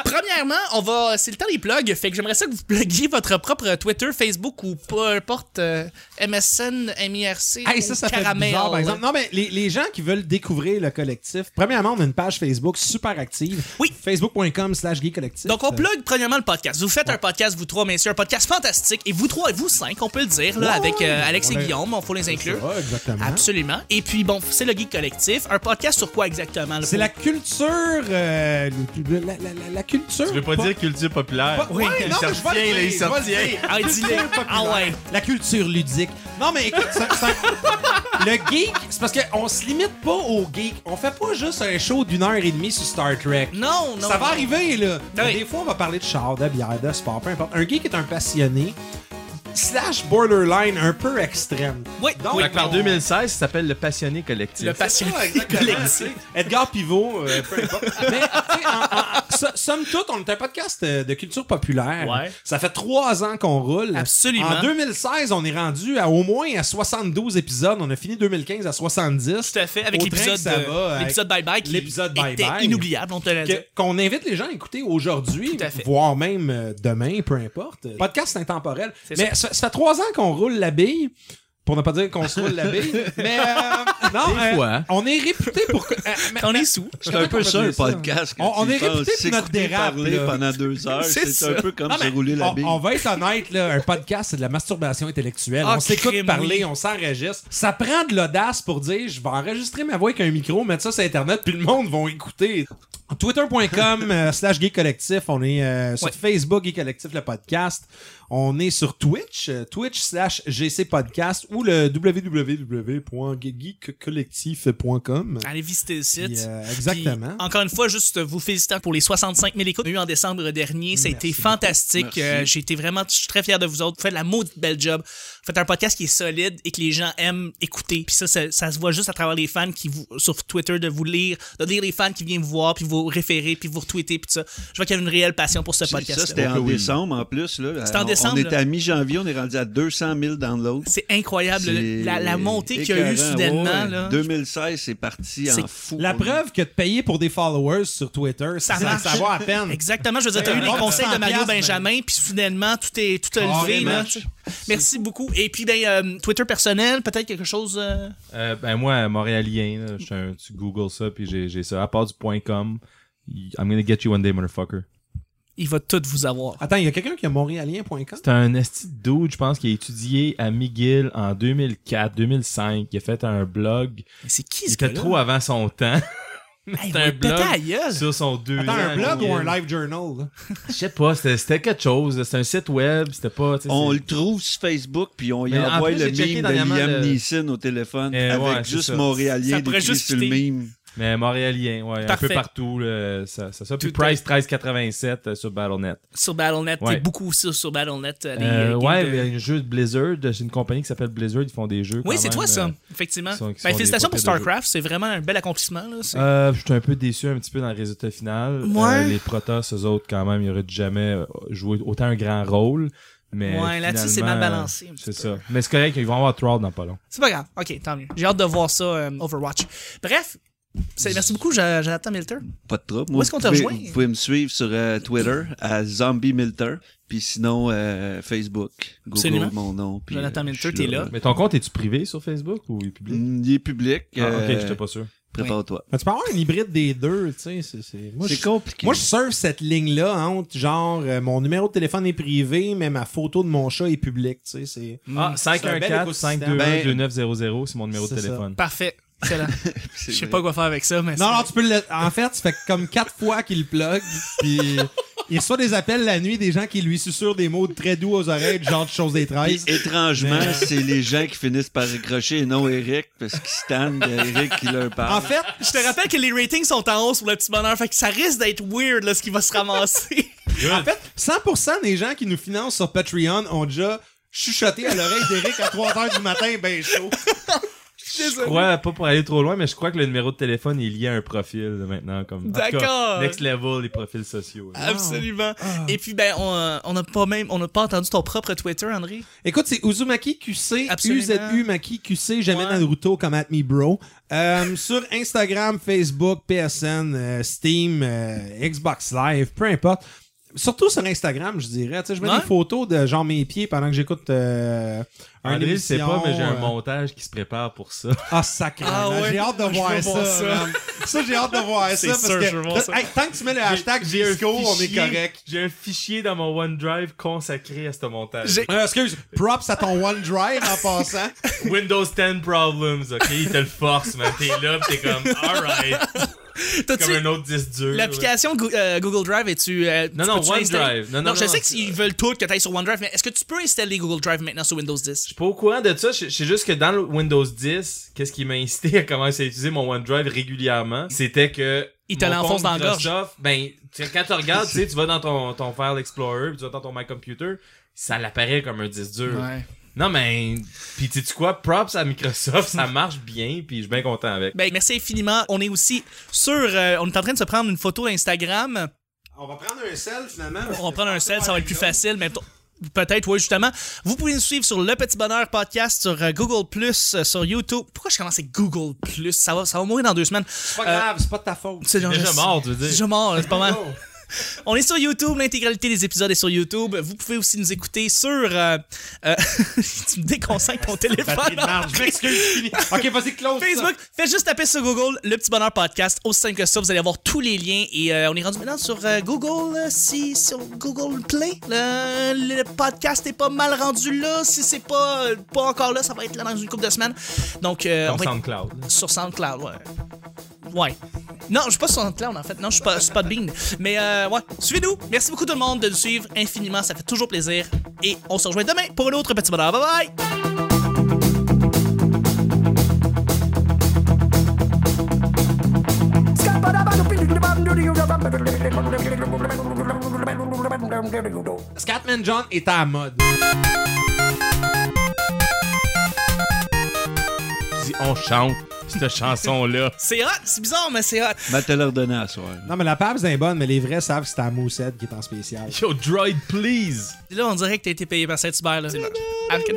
A: Premièrement, on va, c'est le temps des plugs, fait que j'aimerais ça que vous pluguiez votre propre Twitter, Facebook ou peu importe, euh, MSN, MIRC,
B: Hey,
A: ou
B: ça, ça fait
A: Caramel.
B: bizarre, par exemple. Non, mais les, les gens qui veulent découvrir le collectif, premièrement, on a une page Facebook super active.
A: Oui.
B: Facebook.com slash gay collectif.
A: Donc, on plug premièrement le podcast. Vous faites un podcast, vous trois messieurs, un podcast fantastique. Et vous trois et vous cinq, on peut le dire, là,
B: Ouais,
A: avec euh, Alex et
B: on est-
A: Guillaume, on faut les
B: C'est
A: inclure.
B: ça, exactement.
A: Absolument. Et puis, bon, c'est le Geek Collectif. Un podcast sur quoi exactement? là,
B: C'est
A: pour-
B: la culture. euh, le- la, la- la- la culture.
C: Je veux pas dire culture populaire.
B: Oui, non, mais je vais le dire, je vais le dire.
A: Ah, dis-le. Ah ouais.
B: La culture ludique. Non, mais écoute, c'est un- c'est un- le geek, c'est parce qu'on se limite pas au geek. On fait pas juste un show d'une heure et demie sur Star Trek.
A: Non, non.
B: ça va
A: non.
B: arriver, là.
A: Oui.
B: Des fois, on va parler de char, de bière, de sport, peu importe. Un geek est un passionné, slash borderline, un peu extrême.
A: Oui,
B: Donc,
A: oui.
C: Fait que par
B: on-
C: 2016, ça s'appelle le passionné collectif.
A: Le passionné
B: Ouais, exactement,
A: collectif.
B: tu sais. Edgar Pivot, euh, peu importe. Mais, tu sais, en- en- so- somme toute, on est un podcast euh, de culture populaire.
E: Ouais.
B: Ça fait trois ans qu'on roule.
A: Absolument.
B: En 2016, on est rendu à au moins à 72 épisodes. On a fini 2015 à 70.
A: Tout à fait, avec
B: Au train que
A: l'épisode
B: ça va,
A: de-
B: avec
A: l'épisode Bye Bye qui
B: l'épisode Bye
A: était
B: Bye.
A: inoubliable, on te l'a dit.
B: Que- Qu'on invite les gens à écouter aujourd'hui,
A: Tout à fait.
B: voire même euh, demain, peu importe. Podcast intemporel.
A: C'est
B: Mais ça. ça fait trois ans qu'on roule la bille. Pour ne pas dire qu'on se roule la bille. Mais euh, non,
C: Des
B: euh,
C: fois.
B: on est réputé pour. que- euh, mais-
A: On est sous.
D: C'est un peu ça, un podcast.
B: On- on
D: tu y
B: est réputé pour
D: penses, s'écouter
B: notre dérape,
D: parler
B: là.
D: pendant deux heures,
A: C'est
D: c'est
A: ça.
D: un peu comme
B: Non,
D: se
B: mais
D: rouler la
B: on,
D: bille.
B: on va être honnête, là, un podcast, c'est de la masturbation intellectuelle.
A: Ah,
B: on s'écoute
A: crime,
B: parler,
A: oui.
B: on s'enregistre. Ça prend de l'audace pour dire je vais enregistrer ma voix avec un micro, mettre ça sur Internet, puis le monde va écouter. Twitter.com euh, slash Gay Collectif, on est euh, sur
A: Ouais.
B: Facebook Gay Collectif le podcast. On est sur Twitch, euh, Twitch slash GC Podcast ou le www.geekcollectif.com.
A: Allez visiter le site.
B: Puis, euh, exactement.
A: Puis, encore une fois, juste vous félicitant pour les 65 000 écoutes qu'on a eu en décembre dernier. Ça a
B: Merci
A: été fantastique.
D: Merci.
A: Euh, J'ai été vraiment, je suis très fier de vous autres. Vous faites la maudite belle job. Vous faites un podcast qui est solide et que les gens aiment écouter. Puis ça, ça, ça se voit juste à travers les fans qui vous, sur Twitter, de vous lire, de lire les fans qui viennent vous voir, puis vous référer, puis vous retweeter, puis tout ça. Je vois qu'il y a une réelle passion pour ce
D: Puis Ça,
A: podcast.
D: c'était en décembre en plus. Là.
A: C'était en
D: On-
A: décembre,
D: On était
A: là.
D: à mi-janvier, on est rendu à 200 000 downloads.
A: C'est incroyable,
D: C'est
A: la, la montée qu'il y a eu
D: écœurant,
A: soudainement.
D: ouais.
A: là.
D: 2016, c'est parti en fou.
B: La preuve que de payer pour des followers sur Twitter, ça, ça,
A: marche.
B: ça vaut à peine.
A: Exactement, je veux dire, t'as
B: C'est
A: eu
B: un
A: les
B: bon
A: conseils de
B: 100
A: Mario
B: piastres, ben.
A: Benjamin, puis soudainement, tout est tout a levé.
B: Carrément.
A: là, tu sais. Merci beaucoup. Et puis, ben, euh, Twitter personnel, peut-être quelque chose... euh,
C: Euh, ben moi, Montréalien, là, je suis un- tu googles ça, puis j'ai j'ai ça. À part du point .com, y- I'm gonna get you one day, motherfucker.
A: Il va tout vous avoir.
B: Attends, il y a quelqu'un qui a montréalien.com?
C: C'est un esti de dude, je pense, qui a étudié à McGill en 2004-2005. Il a fait un blog.
A: Mais c'est qui
C: Il
A: ce
C: était
A: gars-là?
C: trop avant son temps
A: Hey,
C: c'était
A: ouais,
C: un
A: pétez
C: blog.
A: la gueule.
C: sur son deux
B: Ah, Attends,
C: ans
B: un
C: à
B: blog
C: McGill.
B: ou un live journal? là?
C: Je sais pas, c'était c'était quelque chose. là. C'était un site web, c'était pas... tu sais,
D: On
C: c'est-
D: le trouve sur Facebook, puis on y
C: Mais en
D: envoie
C: plus,
D: le
C: j'ai checké
D: meme de
C: dernièrement
D: Liam
C: le-
D: Neeson au téléphone,
C: Eh,
D: avec
C: ouais, c'est
D: juste
C: ça.
A: Ça
D: Montréalien
A: pourrait
D: décrit
A: juste
D: sur le
A: fitter.
D: meme.
C: Mais Montréalien, ouais,
A: Parfait.
C: un peu partout, là, ça, ça, ça. Puis
A: Tout à-
C: Price 1387 euh, sur BattleNet.
A: Sur BattleNet,
C: Ouais.
A: t'es beaucoup aussi sur BattleNet. euh, les,
C: Euh,
A: euh,
C: ouais,
A: games
C: il
A: de-
C: y a un jeu de Blizzard, euh, c'est une compagnie qui s'appelle Blizzard, ils font des jeux.
A: Oui,
C: quand
A: c'est
C: même,
A: toi, ça,
C: euh,
A: effectivement.
C: qui sont- qui
A: Ben,
C: sont
A: félicitations
C: des
A: pour
C: potes de jeu.
A: StarCraft, c'est vraiment un bel accomplissement. Là. C'est-
C: Euh, je suis un peu déçu un petit peu dans le résultat final.
A: Ouais.
C: Euh, les Protoss, eux autres, quand même, ils auraient jamais euh, joué autant un grand rôle. Mais
A: Ouais, là-dessus, c'est mal
C: finalement,
A: balancé un
C: euh,
A: petit
C: C'est
A: peu.
C: ça. Mais c'est correct, ils vont avoir Thrall dans pas long.
A: C'est pas grave. OK, tant mieux. J'ai hâte de voir ça, euh, Overwatch. Bref, c'est- merci beaucoup, Ja- Jonathan Milter.
D: Pas de trouble.
A: Où
D: Moi,
A: est-ce qu'on
D: vous
A: te
D: pouvez-
A: rejoint?
D: Vous pouvez me suivre sur euh, Twitter à Zombie Milter, puis sinon euh, Facebook. Google
A: Absolument.
D: mon nom. puis,
A: Jonathan
D: euh,
A: Milter,
D: je
A: t'es
D: suis
A: là.
C: Mais ton compte, es-tu privé sur Facebook ou il est public?
D: Mm, Il est public.
C: Ah, ok,
D: euh,
C: j'étais pas sûr.
D: Prépare-toi.
B: Mais tu peux avoir un hybride des deux, tu sais. c'est- c'est- moi,
D: C'est
B: je-
D: compliqué.
B: Moi, je surfe cette ligne-là entre genre euh, mon numéro de téléphone est privé, mais ma photo de mon chat est publique, tu sais. c'est-
C: Ah,
B: un bel
C: 514
B: écosystème.
C: 521 2900, c'est mon numéro de
B: Ben, C'est ça.
C: téléphone.
A: Parfait. Excellent.
D: C'est
A: Je sais
D: vrai.
A: pas quoi faire avec ça, mais
B: Non,
A: c'est-
B: non, tu peux le. En fait, ça fait comme quatre fois qu'il le plug, puis il reçoit des appels la nuit des gens qui lui susurrent des mots très doux aux oreilles, du genre de choses des 13.
D: Puis, étrangement, c'est les gens qui finissent par écrocher et non Eric, parce qu'ils stand Eric qui leur
B: En
D: parle.
B: fait,
A: Je te rappelle que les ratings sont en hausse pour le petit bonheur, fait que ça risque d'être weird là, ce qui va se ramasser.
B: En fait, 100% des gens qui nous financent sur Patreon ont déjà chuchoté à l'oreille d'Eric à 3h du matin, ben chaud.
C: Je crois, pas pour aller trop loin, mais je crois que le numéro de téléphone est lié à un profil là, maintenant. comme en tout cas,
A: D'accord.
C: Next level, les profils sociaux.
A: Ah.
C: là.
A: Absolument. Et puis ben on euh, on n'a pas même on n'a pas entendu ton propre Twitter, André.
B: Écoute, c'est Uzumaki QC,
A: Absolument.
B: UZU Maki QC, jamais
A: Ouais.
B: Naruto comme at me bro. Euh, sur Instagram, Facebook, PSN, euh, Steam, euh, Xbox Live, peu importe. Surtout sur Instagram, je dirais. Tu sais, je mets
A: Ouais.
B: des photos de genre mes pieds pendant que j'écoute euh, un
C: André, je sais Ah, pas,
B: émission,
C: mais j'ai un
B: euh,
C: montage qui se prépare pour ça.
B: Ah, sacré.
A: Ah ouais,
B: J'ai hâte de
A: je veux
B: voir ça.
A: voir ça.
B: man. Ça, j'ai hâte de voir ça.
A: C'est
B: Parce
A: sûr,
B: que,
A: je veux voir ça.
B: Hey, tant que tu mets le hashtag
C: J'ai un
B: Gisco, on est
C: fichier-
B: correct.
C: J'ai un fichier dans mon OneDrive consacré à ce montage.
A: J'ai-
B: Euh, excuse, props à ton OneDrive en passant.
C: Windows 10 problems, ok? Il te le force, man. T'es là, pis t'es comme, alright. Comme
A: T'as-tu
C: un autre disque dur.
A: l'application Go- euh, Google Drive et tu euh,
C: Non,
A: tu
C: non,
A: peux-tu l'installer?
C: OneDrive. Non, non,
A: je
C: non,
A: sais
C: non,
A: qu'ils veulent tout que t'ailles sur OneDrive, mais est-ce que tu peux installer Google Drive maintenant sur Windows 10
C: Je suis pas au courant de ça. Je je sais juste que dans le Windows 10, qu'est-ce qui m'a incité à commencer à utiliser mon OneDrive régulièrement, c'était que.
A: Il te
C: mon
A: l'enfonce
C: compte
A: dans la gorge.
C: Microsoft, Ben, tu- quand tu regardes, tu sais, tu vas dans ton, ton File Explorer, puis tu vas dans ton My Computer, ça l'apparaît comme un disque dur. Non, mais. Puis, tu sais quoi? Props à Microsoft, ça marche bien, puis je suis bien content avec.
A: Ben merci infiniment. On est aussi sur euh, on est en train de se prendre une photo d'Instagram.
B: On va prendre un sel, finalement. parce
A: On va
B: que
A: prendre un
B: je
A: sel,
B: pense
A: ça va être plus facile, mais peut- peut-être, oui, justement. Vous pouvez nous suivre sur Le Petit Bonheur Podcast, sur euh, Google+, euh, sur YouTube. Pourquoi je commence avec Google+, ça va, ça va mourir dans deux semaines.
B: C'est pas grave,
C: Euh,
B: c'est pas de ta faute.
A: C'est genre-
C: Déjà
A: je-
C: mort, tu veux
A: C'est
C: dire.
A: déjà mort, c'est pas mal.
B: Oh.
A: On est sur YouTube, l'intégralité des épisodes est sur YouTube. Vous pouvez aussi nous écouter sur... euh, euh, tu me déconcentres ton
B: Batterie de
A: téléphone.
B: marge, je m'excuse. Philippe. Ok, vas-y, close. ça.
A: Facebook, faites juste taper sur Google le petit bonheur podcast. Aussi simple que ça, vous allez avoir tous les liens. Et euh, on est rendu maintenant sur euh, Google, euh, si sur Google Play. Le, le podcast est pas mal rendu là. Si c'est pas, euh, pas encore là, ça va être là dans une couple de semaines. Donc, euh, on
C: Comme
A: va être
C: SoundCloud.
A: sur SoundCloud, ouais. Ouais. Non, je suis pas sur SoundCloud en fait. Non, je suis pas, je suis pas de Bean. Mais euh, ouais, suivez-nous. Merci beaucoup tout le monde de nous suivre infiniment. Ça fait toujours plaisir. Et on se rejoint demain pour un autre petit bonheur. Bye bye!
B: Scatman John est à la mode.
C: Si on chante cette chanson-là.
A: C'est hot, c'est bizarre, mais c'est hot.
D: Ben, t'as leur donné à soir.
B: Non, mais la Pabs est bonne, mais les vrais savent que c'est à Moussette qui est en spécial.
C: Yo, Droid, please!
A: Et Là, on dirait que t'as été payé par Saint-Hubert, là. c'est marrant. Avec-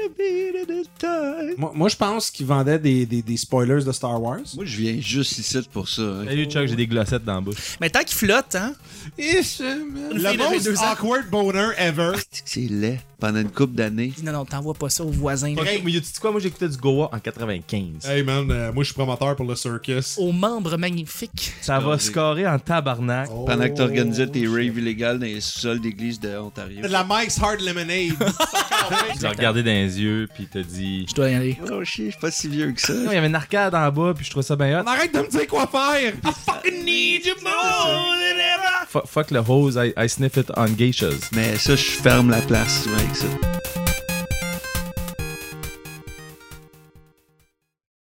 B: Moi, moi, je pense qu'ils vendaient des, des, des spoilers de Star Wars.
D: Moi, je viens juste ici pour ça. hein.
C: Salut Chuck, j'ai des glossettes dans la bouche.
A: Mais tant qu'il flotte, hein. Une
B: Le
A: fille de 22
B: most
A: ans.
B: awkward boner ever.
D: C'est que c'est laid pendant une couple d'années.
A: Non, non, t'envoies pas ça aux voisins. là.
C: mais tu sais quoi, moi j'écoutais du Goa en 95.
B: Hey man, euh, moi je suis promoteur pour le circus.
A: Aux membres magnifiques.
C: Ça va scorer en tabarnak.
D: Pendant que t'organisais tes
A: Oh,
D: raves illégales dans les sous-sols d'église de Ontario.
B: C'est de la Mike's Hard Lemonade.
C: Tu l'as regardé dans les yeux, puis t'as dit.
A: Je dois y aller.
D: Oh shit, je suis pas si vieux que ça.
C: Non, il y avait une arcade en bas, puis je trouvais ça bien
B: On
C: hot.
B: arrête de me dire quoi faire.
C: Fu- Fuck le hose, I, I sniff it on geishas.
D: Mais ça, je ferme la place souvent avec ça.